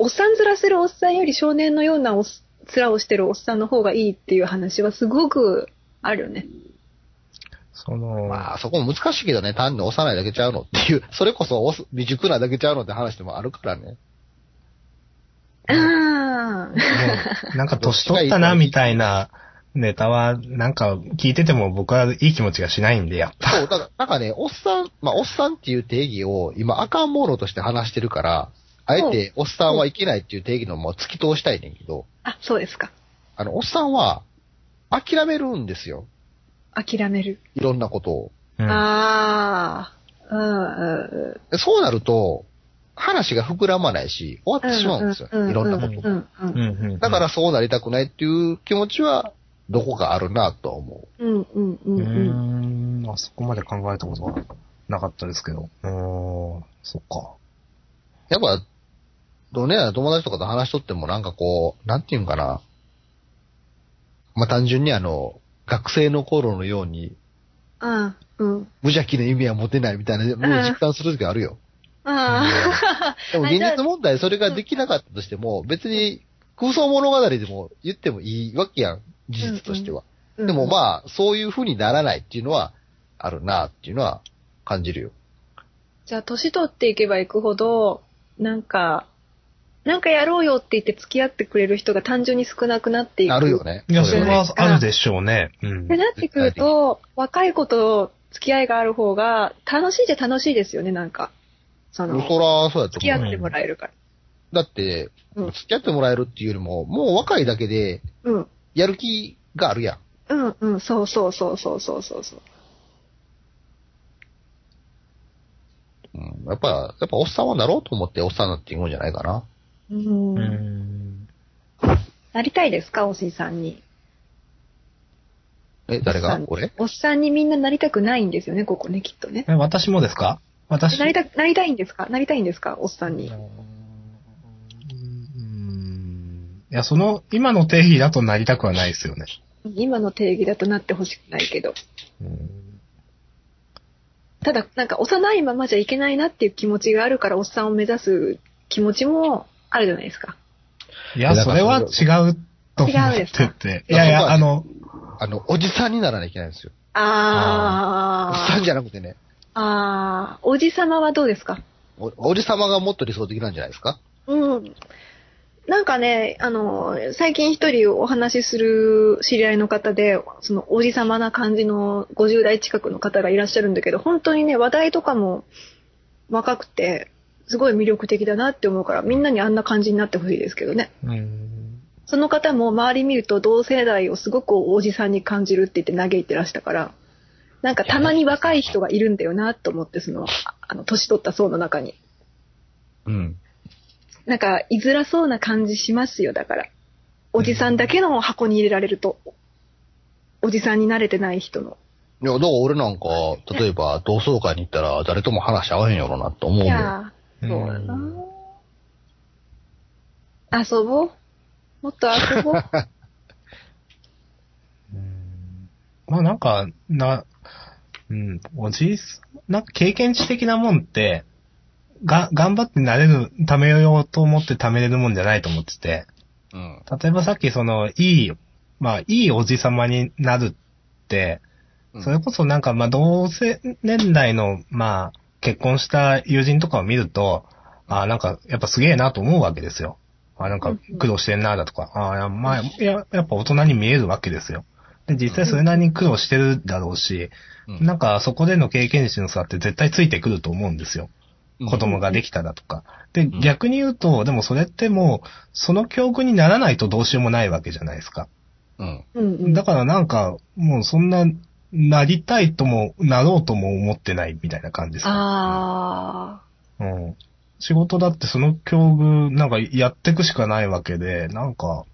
おっさんずらせるおっさんより少年のようなおっ面をしてるおっさんの方がいいっていう話はすごくあるよね。
その、
まあ、そこも難しいけどね、単に幼いだけちゃうのっていう、それこそおす未熟なだけちゃうのって話でもあるからね。
ああ。
ねなんか年取ったな、みたいなネタは、なんか聞いてても僕はいい気持ちがしないんで、やっ
そう、だから、なんかね、おっさん、まあ、おっさんっていう定義を今、あかんものとして話してるから、あえて、おっさんはいけないっていう定義のまま突き通したいねんけど、
あ、そうですか。
あの、おっさんは、諦めるんですよ。
諦める。
いろんなことを。
ぱ。
ああ。うん
でそうなると、話が膨らまないし、終わってしまうんですよ。
うんうんうん
いろんなこと。
うんう
うん。
ん。
うんうん
だから、そうなりたくないっていう気持ちは、どこかあるなとは思う。
うんうんう
うんー
うん。
ん、あそこまで考えたことはなかったですけど。うーん、そっか。
やっぱ、どね友達とかと話しとってもなんかこう、なんていうんかな。まあ、単純にあの、学生の頃のように、
ああ、うん。
無邪気な意味は持てないみたいな、もう実感する時あるよ。
ああ。
でも
あじ
現
ゃあ
実問題それができなかったとしても、別に空想物語でも言ってもいいわけやん、事実としては。 でも
あ。
まあ、そういう風にならないっていうのは、あるなっていうのは感じるよ。
じゃあ、年取っていけばいくほど、なんか、なんかやろうよって言って付き合ってくれる人が単純に少なくなっていく。
あるよね。
いや、そ
そ
れ
れは
はあるでしょうね。うん
で。なってくると、若い子と付き合いがある方が、楽しいじゃ楽しいですよね、なんか。その、付
そら、そうやと
き
思う
合。ってもらえるから。
だって、
うん
付き合ってもらえるっていうよりも、もう若いだけで、
うん。
やる気があるやん。
うんうん、そうそうそうそうそうそうそう。
うん、やっぱ、やっぱおっさんはなろうと思っておっさんになっていくんじゃないかな。
うん
うーん
なりたいですか、おしさんに。
え、誰
おっ
が
さん
俺
おっさんにみんななりたくないんですよね、ここね、きっとね。
え私もですか私
なりたく、なりたいんですかなりたいんですかおっさんに。
うんいや、その、今の定義だとなりたくはないですよね。
今の定義だとなってほしくないけど。
うん
ただ、なんか幼いままじゃいけないなっていう気持ちがあるから、おっさんを目指す気持ちもあるじゃないですか。
いや、
だ
そ
から
れは違うと思
違うで
っ
すか
てて。いやいや、
そこは
あの、
あの、おじさんにならなきゃいけないんですよ。おっさ
あ
んじゃなくてね、
あ、ああ、おじさまはどうですか
おおじさまがもっと理想的なんじゃないですか
うん。なんかね、あの、最近一人お話しする知り合いの方で、そのおじさまな感じの50代近くの方がいらっしゃるんだけど、本当にね、話題とかも若くて、すごい魅力的だなって思うから、みんなにあんな感じになってほしいですけどね。
うん
その方も周り見ると同世代をすごくおじさんに感じるって言って嘆いてらしたから、なんかたまに若い人がいるんだよなと思って、その、ああの、年取った層の中に。
うん。
なんか、居づらそうな感じしますよ、だから。おじさんだけの箱に入れられると。おじさんに慣れてない人の。
いや、だから俺なんか、例えば同窓会に行ったら誰とも話し合わへんやろなと思う
い
もん。
や
う
ー、
ん
そうだな。遊ぼうもっと 遊ぼう
うんまあなんか、な、うん、おじいす、なんか経験値的なもんって、が、頑張ってなれる、貯めようと思って貯めれるもんじゃないと思ってて、
うん。
例えばさっきその、いい、まあ、いいおじさまになるって、
うん
それこそなんか、まあ、同世年代の、まあ、結婚した友人とかを見ると、ああ、なんか、やっぱすげえなと思うわけですよ。ああ、なんか苦労してんな、だとか。ああ、まあ、ややっぱ大人に見えるわけですよ。で、実際それなりに苦労してるだろうし、
うん
なんかそこでの経験値の差って絶対ついてくると思うんですよ。子供ができたらとか。で、
ん
逆に言うと、でもそれってもう、その教訓にならないとどうしようもないわけじゃないですか。
うん。
うんうん。
だからなんか、もうそんな、なりたいとも、なろうとも思ってないみたいな感じですね。
あ
うん。仕事だってその境遇、なんかやってくしかないわけで、なんか、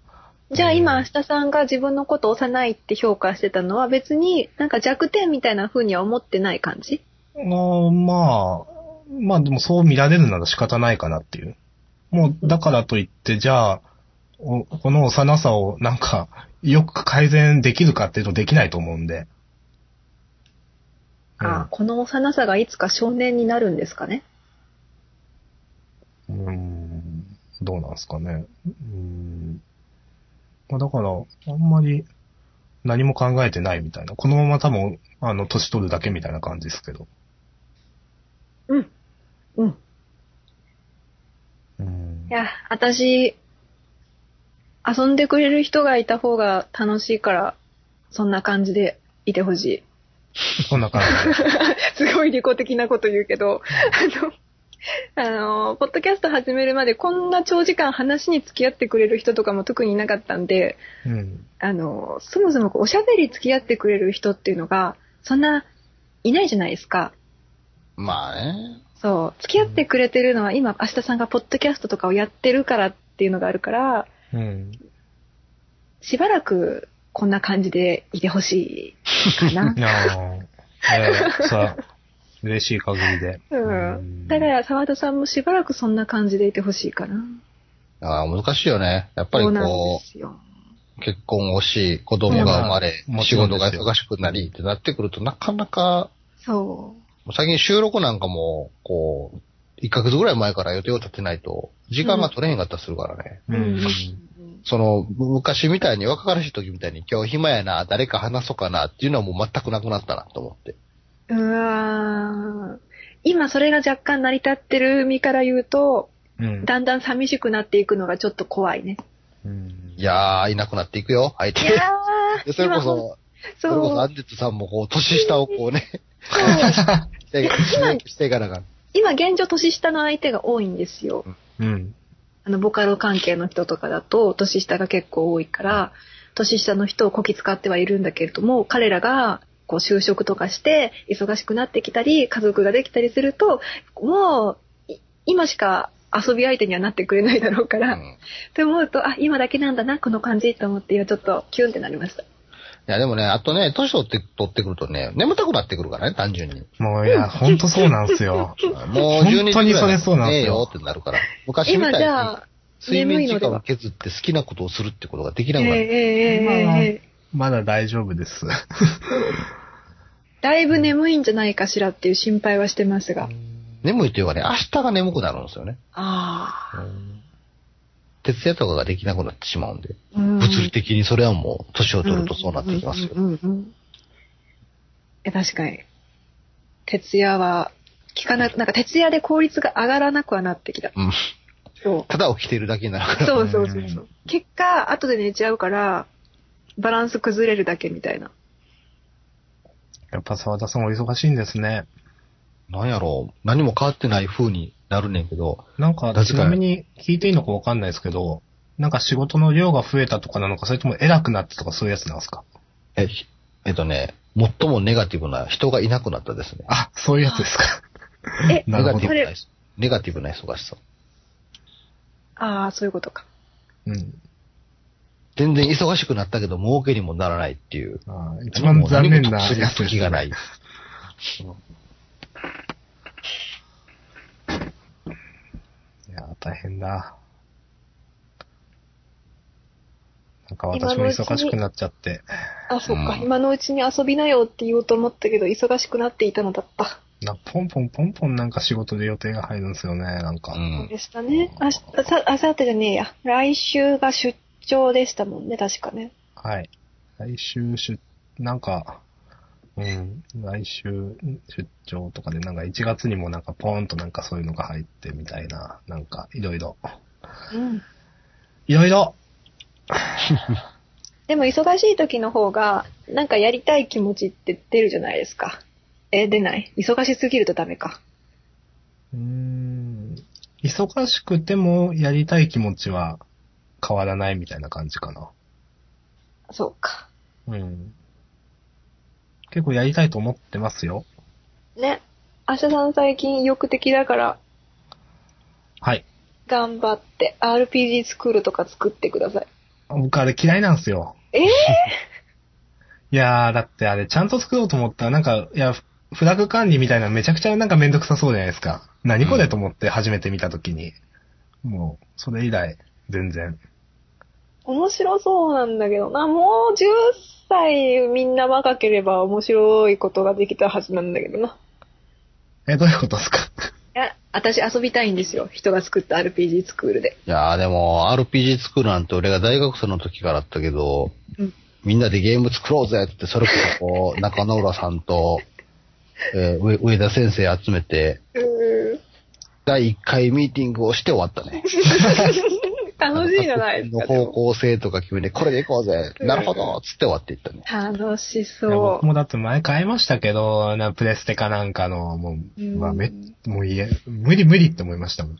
ー。じゃあ今、明日さんが自分のことを幼いって評価してたのは別になんか弱点みたいな風には思ってない感じ
あーまあ、まあでもそう見られるなら仕方ないかなっていう。もう、だからといって、じゃあ、おこの幼さをなんか、よく改善できるかっていうとできないと思うんで。
ああ、この幼さがいつか少年になるんですかね
うん、うんどうなんですかね。うん。まあだから、あんまり何も考えてないみたいな。このまま多分、あの、年取るだけみたいな感じですけど。
うん。うん。
うん
いや、私、遊んでくれる人がいた方が楽しいから、そんな感じでいてほしい。
こんな感じで。
すごい利己的なこと言うけど、あの、あの、ポッドキャスト始めるまでこんな長時間話に付き合ってくれる人とかも特にいなかったんで、
うん。
あの、そもそもこうおしゃべり付き合ってくれる人っていうのが、そんないないじゃないですか。
まあね。
そう、付き合ってくれてるのは今、明日さんがポッドキャストとかをやってるからっていうのがあるから、
うん。。
しばらくこんな感じでいてほしいかな
ああ、ええさあ、嬉しい限りで。
うん。だから、沢田さんもしばらくそんな感じでいてほしいかな。
ああ、難しいよね。やっぱり
そうなんで
こ
すよ。
う、結婚をし、子供が生まれ
いやまあ、
仕事
も
が
ちろんで
忙しくなりってなってくると、なかなか、
そ
最近収録なんかも、こう、1ヶ月ぐらい前から予定を立てないと、時間が取れへんかったりするからね。
う
う。
ん。
うん
その、昔みたいに若からしい時みたいに、今日暇やな、誰か話そうかなっていうのはもう全くなくなったなと思って。
うーん。今それが若干成り立ってる身から言うと、
うん。
だんだん寂しくなっていくのがちょっと怖いね。
うん
いやー、いなくなっていくよ、相手
い。やー
でそれこ
今ほん
そ、それこそ、
そ
ア
う。
ンジェットさんもこう、年下をこうね、してしていかなあかん。
今現状年下の相手が多いんですよ。
うん。
あの、ボカロ関係の人とかだと、年下が結構多いから、年下の人をこき使ってはいるんだけれども、彼らが、こう、就職とかして、忙しくなってきたり、家族ができたりすると、もう、い今しか遊び相手にはなってくれないだろう か
う
ら、っ
ん
て思うと、あ、今だけなんだな、この感じと思って、今ちょっとキュンってなりました。
いや、でもね、あとね、年取って、取ってくるとね、眠たくなってくるからね、単 純に。
もう、いや、ほんとそうなんですよ。
もう12
本当に
時ぐらい
それそうなん
ね
です
え
よ
よってなるから。昔みた
今
い
じ
に、
ゃあ、
睡眠時間
眠い
を
の
削って好きなことをするってことができ
え
な
え
く
え
なる。
えええええ
まだ大丈夫 です。
だいぶ眠いんじゃないかしらっていう心配はしてますが。
眠いというかね、明日が眠くなるんですよね。
ああ。
徹夜とかができなくなってしまうんで。
物
物理的にそれはもう、年を取るとそうなってきますよ。
うんうんうんうんいや、確かに。徹夜は、効かな、なんか徹夜で効率が上がらなくはなってきた。
うん。
そ
ただ起きてるだけになるから。
う。そうそうそう
う。
そうん結果、後で寝ちゃうから、バランス崩れるだけみ たいな。
やっぱ沢田さんお忙しいんですね。
なんやろう、何も変わってない風になるねんけど、
なんか、
確かに
ちなみに聞いていいのかわかんないですけど、なんか仕事の量が増えたとかなのか、それとも偉くなったとかそういうやつなんですか
え、ひえっとね、最もネガティブな人がいなくなったですね。
あ、そういうやつですか。
え、
なるほ
ネガティ
ど
そ。
ブ
れ
な、ネガティブな忙しさ。
ああ、そういうことか。
うん。
全然忙しくなったけど、儲けにもならないっていう。
あー一番残念なや
や
つ
つ
です、
時がない。
いやー、大変だ。なんか
今
私
の
も
うちに
忙しくなっちゃって。
あ、そっか、
うん
今のうちに遊びなよって言おうと思ったけど、忙しくなっていたのだった。
なポンポンポンポンなんか仕事で予定が入るんですよね、なん
う
か。
ん。
でしたね。あし、あさ、あさってじゃねえや。来週が出張でしたもんね、確かね。
はい。来週出、なんか、うん、来週出張とかで、なんか1月にもなんかポーンとなんかそういうのが入ってみたいな、なんかいろいろ。
うん。
いろいろ
でも忙しい時の方が、なんかやりたい気持ちって出るじゃないですか。え、出ない忙しすぎるとダメか。
うーん、忙しくてもやりたい気持ちは変わらないみたいな感じかな。
そうか。
うん。結構やりたいと思ってますよ。
ね。明日さん最近意欲的だから、
はい。
頑張って、RPG スクールとか作ってください。
僕あれ嫌いなんですよ。
ええ
いやー、だってあれちゃんと作ろうと思ったら、なんか、いや、フフラグ管理みたいなめちゃくちゃなんかめんどくさそうじゃないですか。何これと思って初めて見たときに。もう、それ以来、全然。
面白そうなんだけどな。もう10歳みんな若ければ面白いことができたはずなんだけどな。
え、どういうことですか
いや、私遊びたいんですよ。人が作った RPG スクールで。
いやーでも、RPG 作るなんて俺が大学生の時からあったけど、
うん
みんなでゲーム作ろうぜって、それこそこ う、中野浦さんと、えー上上田先生集めて、
うーん
第1回ミーティングをして終わったね。
楽しいじゃないです
の
か。で
方
も
向性とか決めて、これで行こうぜ、
うん
なるほどつって終わっていったね。
楽し
いや
そ
僕もだって前買いましたけど、なプレステかなんかの、もう、
うん
まあ、め、もういえ、無理無理って思いましたもん。
う。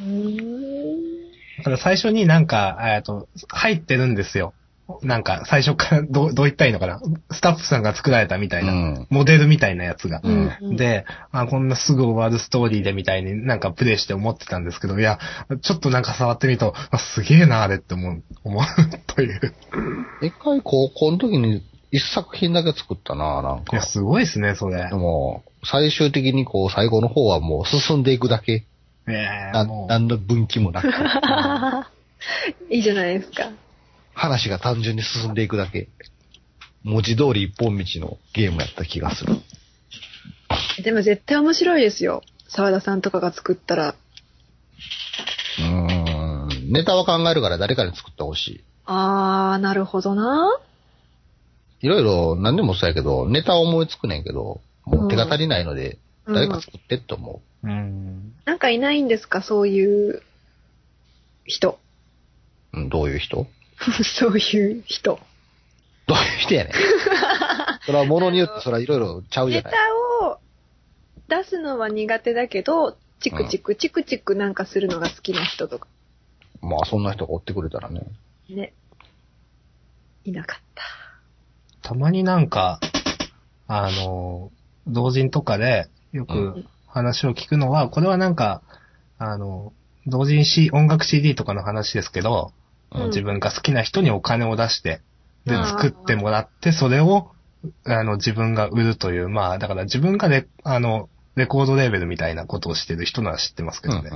うーん
ただ最初になんか、えっと、入ってるんですよ。なんか、最初から、どう、どう言ったらいいのかな。スタッフさんが作られたみたいな、
うん
モデルみたいなやつが。
うん
うん
で、あ、こんなすぐ終わるストーリーでみたいになんかプレイして思ってたんですけど、いや、ちょっとなんか触ってみると、あすげえな、あれって思う、思う、という。
一回高校の時に一作品だけ作ったな、なん
いや、
か。
すごいですね、それ
で。も、最終的にこう、最後の方はもう進んでいくだけ。
ええ
な
も
何の分岐もなく。
いいじゃないですか。
話が単純に進んでいくだけ。文字通り一本道のゲームやった気がする。
でも絶対面白いですよ。沢田さんとかが作ったら。
うーん。ネタは考えるから誰かに作ってほし
あー、なるほどな。
い。いろいろ何でもそうやけど、ネタは思いつくねんけど、もう手が足りないので、
うん
誰か作ってって思う。
う。うん。
なんかいないんですかそういう人。
うん、どういう人
そういう人。
どういう人やねん。それは物によって、それはいろいろちゃうじゃ
ネタ
ない。
を出すのは苦手だけど、チクチクチクチクなんかするのが好きな人とか。
まあ、そんな人が追ってくれたらね。
ね。いなかった。
たまになんか、あの、同人とかでよ
う
く話を聞くのは、これはなんか、あの、同人し、音楽 CD とかの話ですけど、
うん
自分が好きな人にお金を出して、で、
うん
作ってもらって、それを、あの、自分が売るという、まあ、だから自分がレ、あの、レコードレーベルみたいなことをしてる人なら知ってますけどね。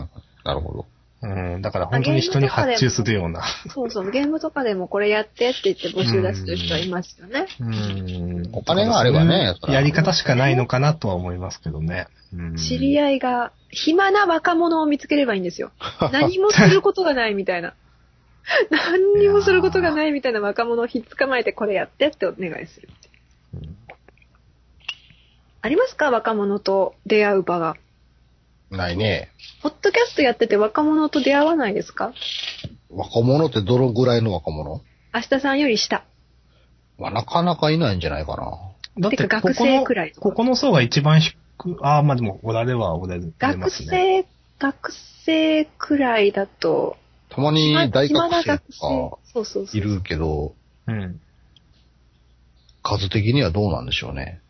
なるほど。
うん、だから本当に人に発注するような。
そうそう、ゲームとかでもこれやってって言って募集出す人はいますよね。
うん。
お金があればね
そういうやり方しかないのかなとは思いますけどね。うん
知り合いが、暇な若者を見つければいいんですよ。何もすることがないみた いな。何にもすることがないみたいな若者をひっ捕まえてこれやってってお願いする。
うん
ありますか若者と出会う場が。
ないね。
ポッドキャストやってて若者と出会わないですか
若者ってどのぐらいの若者
明日さんより下。
まあ、なかなかいないんじゃないかな。
だって
てか
こ
学
こ
生
の
く、らいとか
ここの層が一番低く、ああ、まあでも、おられはおられますね。
学生、学生くらいだと、
たまに大学生と
そうそう
か
そう。
いるけど、
うん。
数的にはどうなんでしょうね。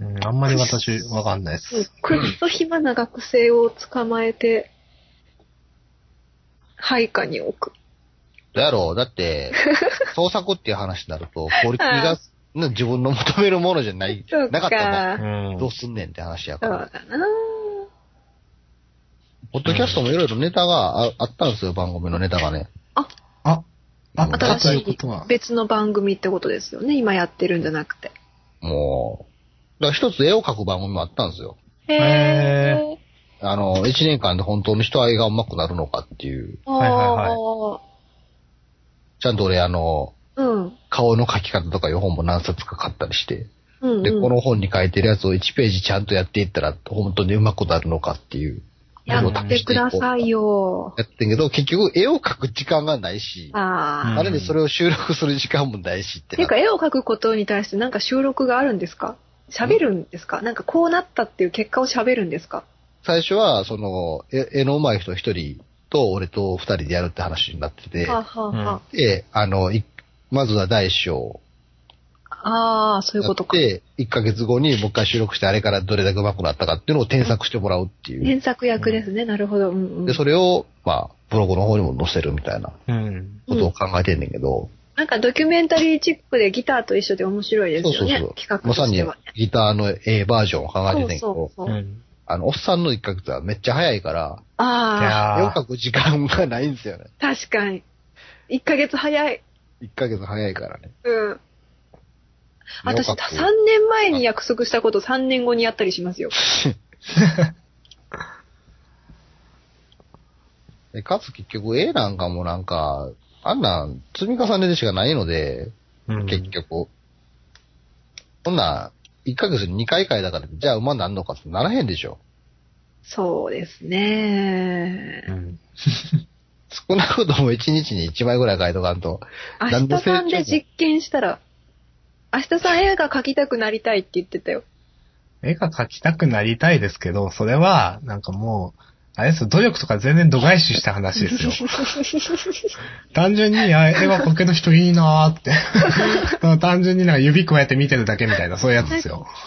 うん、あんまり私、わかんないです。
うんくっそ暇な学生を捕まえて、配下に置く。
だろう、だ って、創作っていう話になると、クオリティがね自分の求めるものじゃない、
そう
なかったら
う
か。
ん。
どうすんねんって話やか
そう
ら。
だな
ポッドキャストもいろいろネタがああったんですよ、番組のネタがね。
あ、あった
新
とい
し。
うことはい
別の番組ってことですよね。今やってるんじゃなくて。
もう、だから一つ絵を描く番組もあったんですよ。
へ
へ
え。
あの、一年間で本当に人合いが上手くなるのかっていう。
あ
はいはい
あ。
ちゃんと俺、あの、
うん。
顔の描き方とかいう本も何冊か買ったりして。
うん、うん。
で、この本に書いてるやつを1ページちゃんとやっていったら、本当に上手くなるのかっていう。
やってくださいよ。
やってんけど、結局絵を描く時間がないし、
ああ。
うん
あれでそれを収録する時間もないしって
ってい
な
うか、絵を描くことに対してなんか収録があるんですか喋るんですかなんかこうなったっていう結果を喋るんですか
最初は、その、絵絵の上手い人一人と俺と二人でやるって話になってて、
はあ、はあはあ
で、あの、いまずは第一章を
ああ、そういう
や
こ
っ
とか。
て、1ヶ月後にもう一回収録してあれからどれだけ上手くなったかっていうのを添削してもらうっていう。
添削役ですね。なるほど。うんう
で、
ん
それを、まあ、ブログの方にも載せるみたいな
うん。
ことを考えてんねんけど、
なんかドキュメンタリーチックでギターと一緒で面白いです
そう
よ
そう
ね
そ。
企画
う。ま
と
さ
し
に
てはね。
ギターの A バージョンを考えてんねんけ
そ
ど
う、そう
う
そう。
ん。
あの、おっさんの1ヶ月はめっちゃ早いから、
い
ああ、
絵を
やー
描く時間がないんですよね。
確かに。1ヶ月早い。
1ヶ月早いからね。
うん。私、
絵を
3
描く
年前に約束したこと3年後にやったりしますよ。
でかつ結局絵なんかもなんか、あんなん積み重ねでしかないので、
うん
結局。こんなん、1ヶ月に2回回だから、じゃあ馬なんのかってならへんでしょ。
そうですね
う。ん。
少なくとも1日に1枚ぐらい書いとかんと。
明日さんで実験したら、明日さん映画描きたくなりたいって言ってたよ。
絵が描きたくなりたいですけど、それは、なんかもう、あれですよ、努力とか全然度外視した話ですよ。単純に、あ絵は描ける人いいなーって。その単純になんか指加えて見てるだけみたいな、そういうやつですよ。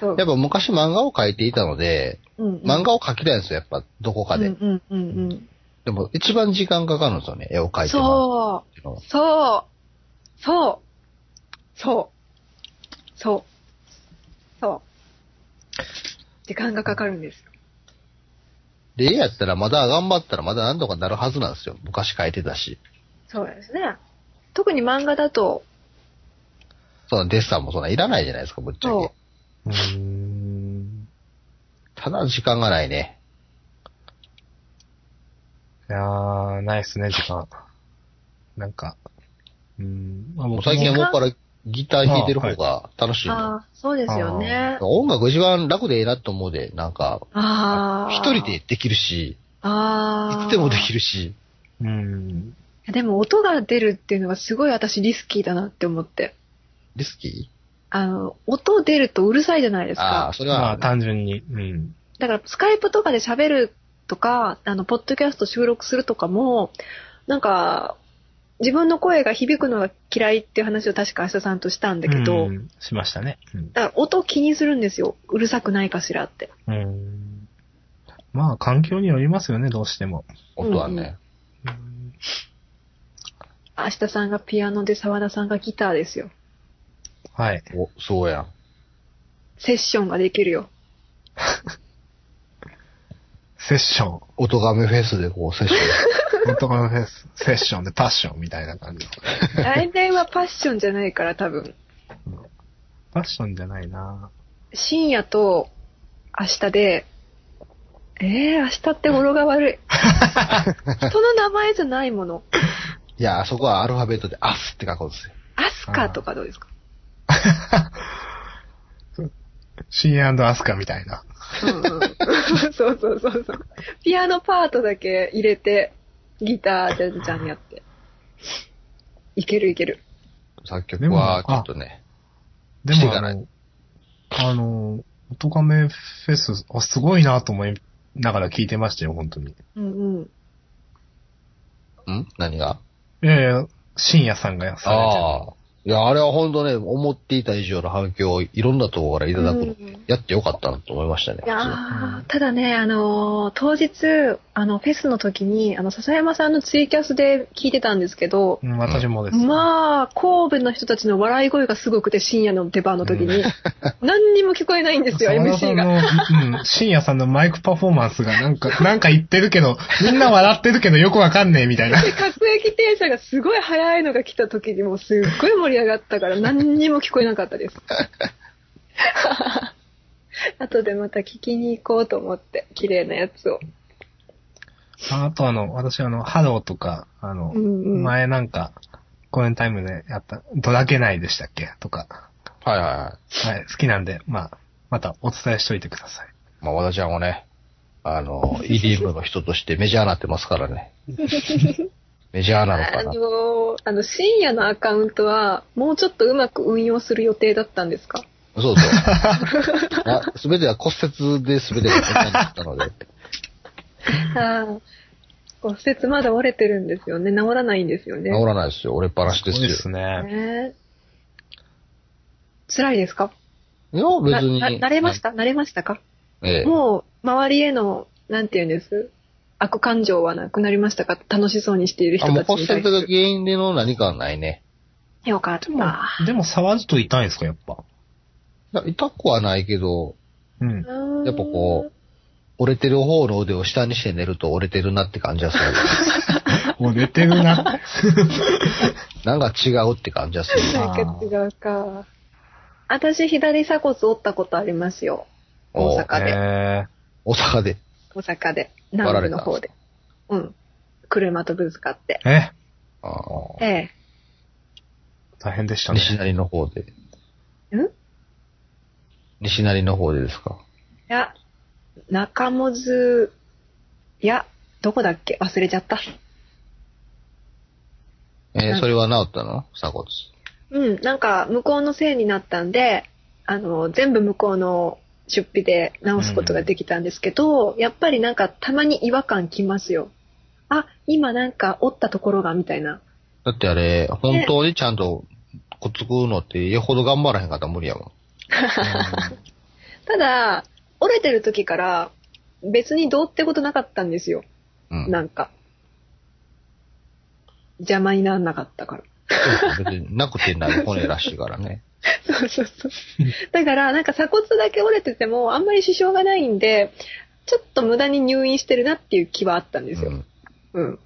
そう
やっぱ昔漫画を描いていたので、
うんうん
漫画を描きたいんですよ、やっぱ、どこかで。
うんうんうんうん
でも、一番時間かかるんですよね、絵を描いてもらう
そ
っていうのは
う、そう、そう、そう、そう、そう。時間がかかるんですよ。
で、絵やったらまだ頑張ったらまだなんとかなるはずなんですよ。昔描いてたし。
そうですね。特に漫画だと、
そのデッサンもそんないらないじゃないですか、ぶっちゃ
そ
う
け。。
う
ーん。
ただ時間がないね。
いやー、ないっすね、時間。なんか。うん。まあ、
もう
僕も
最近はもっぱらギター弾いてる方が楽しいの。
ああ、そうですよね。
音楽一番楽でええなと思うで、なんか、
ああ。
一人で、できるし、い
ああ。
つでもできるし、
うん。
いやでも音が出るっていうのがすごい私リスキーだなって思って。
リスキ
あの、音出るとうるさいじゃないです
ーああ、
か。
それ
ま
は
あ、、単純に。うん。
だからスカイプとかで喋るとか、あの、ポッドキャスト収録するとかも、なんか、自分の声が響くのが嫌いっていう話を確か明日さんとしたんだけど、
うんしましたね。うん。
だから音気にするんですよ。うるさくないかしらって。
うん。まあ、環境によりますよね、どうしても。
音は
うんう
ね。
うん
明日さんがピアノで沢田さんがギターですよ。
はい。
お、そうやん。
セッションができるよ。
セッ ション。
音がめフェスでこう、セッション。
本当のフェス、セッションでパッションみたいな感じ。
来年はパッションじゃないから多分。
パッションじゃないな
深夜と明日で、えー、明日って語呂が 悪い。人の名前じゃないもの。
いや、あそこはアルファベットでアスって書くんですよ。
アスカとかどうですか
シーアスカみたいな。
うんうん そうそうそうそう。ピアノパートだけ入れて、ギターじゃんじゃんやって。いけるいける。
作曲は、ちょっとね。
で
して
も、
か
あ
ら
の、あの、音亀フェス、あ、すごいなと思いながら聞いてましたよ、本当に。
うんうん。
ん何が
いやいや、深夜さんがされてる。
ああ。いや、あれは本当ね、思っていた以上の反響をいろんなところからいただくの、
うん
やってよかったなと思いましたね。
いやーただね、あのー当日、あの、フェスの時に、あの、笹山さんのツイキャスで聞いてたんですけど
う、ん私もです。
まあ、神戸の人たちの笑い声がすごくて、深夜の出番の時に、何にも聞こえない んですよ、
沢田さ
MC
ん
が。
の、うん、深夜さんのマイクパフォーマンスがなんか、 なんか言ってるけど、みんな笑ってるけどよくわかんねえみたい な。
で、各駅停車がすごい早いのが来た時にもうすっごい盛り上がった から何にも聞こえなかったです。後でまた聞きに行こうと思って、綺麗なやつを。
あとあの、私あの、ハローとか、あの、
うんうん
前なんか、公演タイムでやった、ドラけないでしたっけとか、
はいはいは
はい、好きなんで、まあ、またお伝えしといてください。
い。まあ私はもうね、あの、EDM の人としてメジャーなってますから ね。メジャーなの
あ
かな。
のーあの、深夜のアカウントは、もうちょっとうまく運用する予定だったんですか
そう そう。すべては骨折で全てが分かったので。
ああ。骨折まだ折れてるんですよね。治らないんですよね。
治らないですよ。折れっぱなしです
そう
よ。
ですね。
ねえ辛いですか
いや、別に
な。な慣れました慣れましたか
ええ。
もう、周りへの、なんて言うんです悪感情はなくなりましたか楽しそうにしている人
あ、も
た
う骨
ちに対
折
す
が
る。
原因での何かはないね。
よかっ
でも
た。、
でも触ると痛いんですか、やっぱ。
いや痛くはないけど、
うん。
やっぱこ折れてる方の腕を下にして寝ると折れてるなって感じはす る。
もう寝てる な。
なんか違うって感じはす
う
る。
なんか違うか。私、左鎖骨折ったことありますよ。
お
大阪で。
え
大阪で。
大阪で。南部の方で。うん。車とぶつかって。
ー、え、
あー
ええ。
大変でしたね。
西成の方で。
んい
西成の方でですか。
や、中本津、いや、どこだっけ忘れちゃった。
え
う
ー、
ん
それは治ったの鎖骨。
うん、なんか向こうのせいになったんで、あの、全部向こうの出費で直すことができたんですけど、やっぱりなんかたまに違和感きますよ。あ、今なんか折ったところがみたいな。
だってあれ、本当にちゃんとくっつくのって、よほど頑張らへんかったら無理や もん。
ただ、折れてる時から別にどうってことなかったんですよ。
うん。
なんか。邪魔にならなかったから。
そう別になくてない骨らしいからね。
そうそうそう。だから、なんか鎖骨だけ折れてても、あんまり支障がないんで、ちょっと無駄に入院してるなっていう気はあったん です
う
よ。
ん。
うん。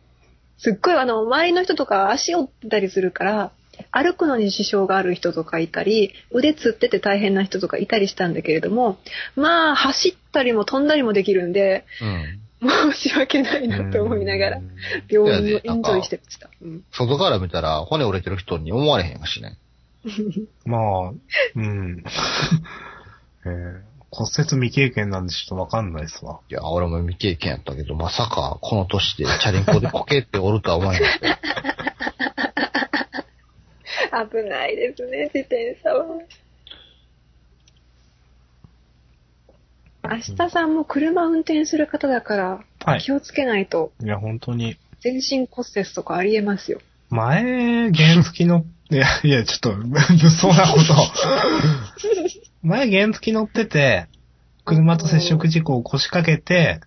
すっごい、あの、周りの人とか足折ってたりするから、歩くのに支障がある人とかいたり、腕つってて大変な人とかいたりしたんだけれども、まあ、走ったりも飛んだりもできるんで、
うん。
申し訳ないなと思いながら、病院をエンジョイしてました。うん。
外から見たら骨折れてる人に思われへんしね。
まあ、うん。 えー骨折未経験なんでちょっとわかんないですわ。
いや、俺も未経験やったけど、まさかこの年でチャリンコでこけっておるとは思えない。
危ないですね、自転車は。明日さんも車運転する方だから、
はい
気。をつけないと、
いや、本当に。
全身骨折とかありえますよ。
前、原付きの、いや、いや、ちょっと、 物騒なこと。前、原付き乗ってて、車と接触事故を腰掛けて、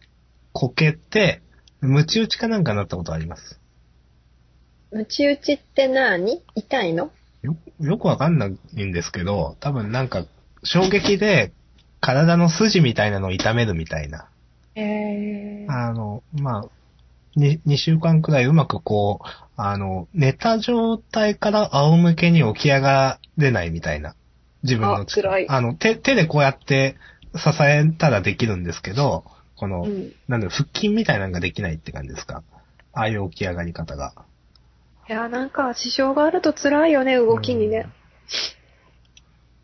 こけて、ムチ打ちかなんかになったことあります。
ムチ打ちって何痛いの
よ、よくわかんないんですけど、多分なんか、衝撃で、体の筋みたいなのを痛めるみたいな。
えー、
あの、まあ、に、2週間くらいうまくこう、あの、寝た状態から仰向けに起き上がれないみたいな。自分の
あ辛い
あの、手、手でこうやって支えたらできるんですけど、この、
うん。
なんだろう、腹筋みたいなのができないって感じですか。ああいう起き上がり方が。
いや、なんか支障があると辛いよね、動きにね。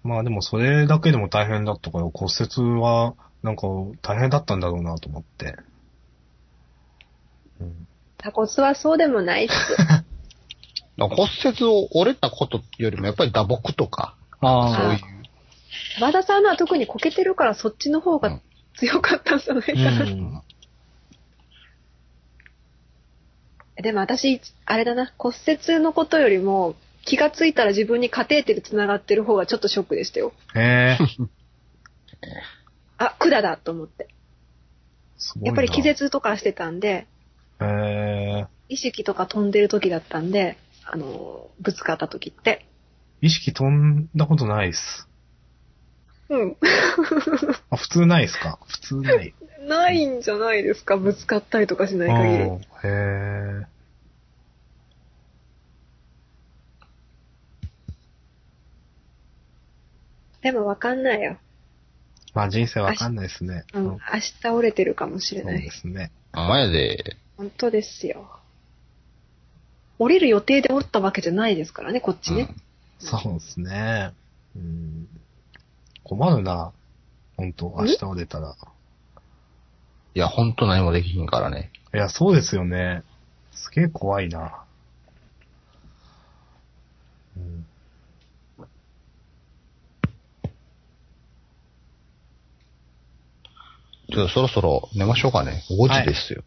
うん。まあでもそれだけでも大変だったから骨折はなんか大変だったんだろうなと思って。うん、
鎖骨はそうでもないっす。
骨折を折れたことよりも、やっぱり打撲とか、そう
あ
い
あ
う。
和田さんのは特にこけてるから、そっちの方
う
が
ん
強かったんじゃないかな。
うん
でも私、あれだな、骨折のことよりも、気がついたら自分にカテーテル繋がってる方がちょっとショックでしたよ。
ええ
あ、管だと思って。
すごいな
やっぱり気。絶とかしてたんで、
ええ
意識とか飛んでる時だったんで、あの、ぶつかった時って。
意識飛んだことないっす。
うん。
あ、普通ないっすか普通ない。
ないんじゃないですか、ぶつかったりとか しない限り。
うんへえ。
でもわかんないよ。
まあ人生わかんないですね。
うん。
う
明
ん
日折れてるかもしれ
そう
な
で
い。
すね。
前で、
本当ですよ。折れる予定で折ったわけじゃないですからね、こっちね。
そうですね。うん、困るな。本当明日を出たら。
いや、ほんと何もできひんからね。
いや、そうですよね。すげえ怖いな。うん、
ちょっとそろそろ寝ましょうかね。5時ですよ。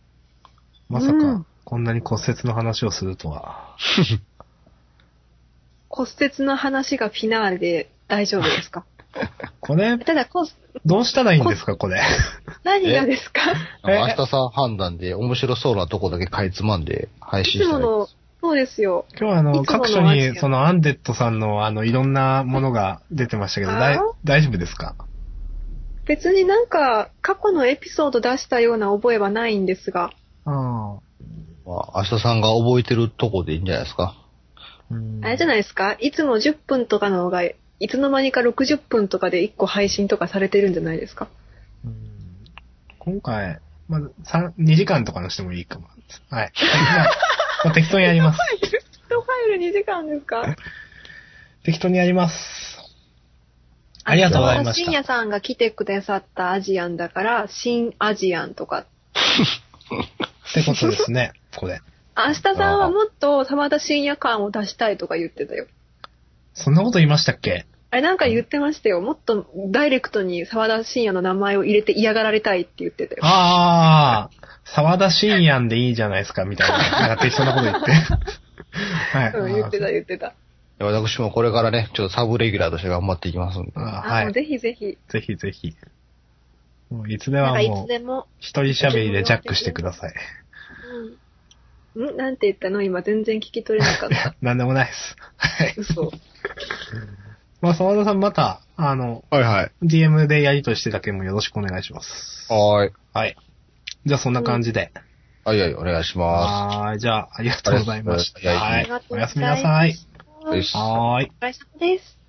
まさ
う
か
ん、
こんなに骨折の話をするとは。
骨折の話がフィナーレで大丈夫ですか
これ、
ただ、こ
どうしたらいいんですか、これ。
何がですか
え
あの明日さ、判断で面白そうなとこだけかいつまんで配
い
信
つ
したい
も
で
の
す。、
そうですよ。
今日はあ
いつも
の、
の
各所
味
に、
が
その、アンデッドさんの、あの、いろんなものが出てましたけど、だい
あー
大丈夫ですか
別になんか、過去のエピソード出したような覚えはないんですが、
あ
まあ、明日さんが覚えてるとこでいいんじゃないですか。
あれじゃ
ない
ないですかいつも10分とかの方が、いつの間にか60分とかで1個配信とかされてるんじゃないですか
今回、まず、三2時間とかのしてもいいかも。 はい。まあまあ適当にやります。
一ファイル2時間ですか
適当にやります。ありがとうございまし
深
た
夜。さんが来てくださったアジアンだから、新アジアンとか。
ってことですね、これ。
明日さんはもっと、たまた深夜感を出したいとか言ってたよ。
そんなこと言いましたっけ
あれなんか言ってましたよ。もっとダイレクトに沢田信也の名前を入れて嫌がられたいって言ってたよ。
ああ、沢田信也でいいじゃないですか、みたいな。なんか適当なこと言 って。はい。
うん、言ってた言ってた。
私もこれからね、ちょっとサブレギュラーとして頑張っていきますんで。
あー
あ、
は
もう
い。
ぜひぜひ。
ぜひぜひ。もういつで
なん
は
かい
も
つ
う、
でも。
一人喋りでジャックしてください。
うん。んなんて言ったの今全然聞き取れなか った。
なんでもないです。はい。
嘘。
まあ、沢田さんまた、あの、
はいはい。
DM でやりとりしてた件もよろしくお願いします。
はーい。
はい。じゃあそんな感じで。
はいはい、お願いしま
はーい。じゃあ、ありがとうございました。
あ
はい
り
が。と
お
うござい
や
ます
すみなさい。
す。よし
はーい。
お疲れ様です。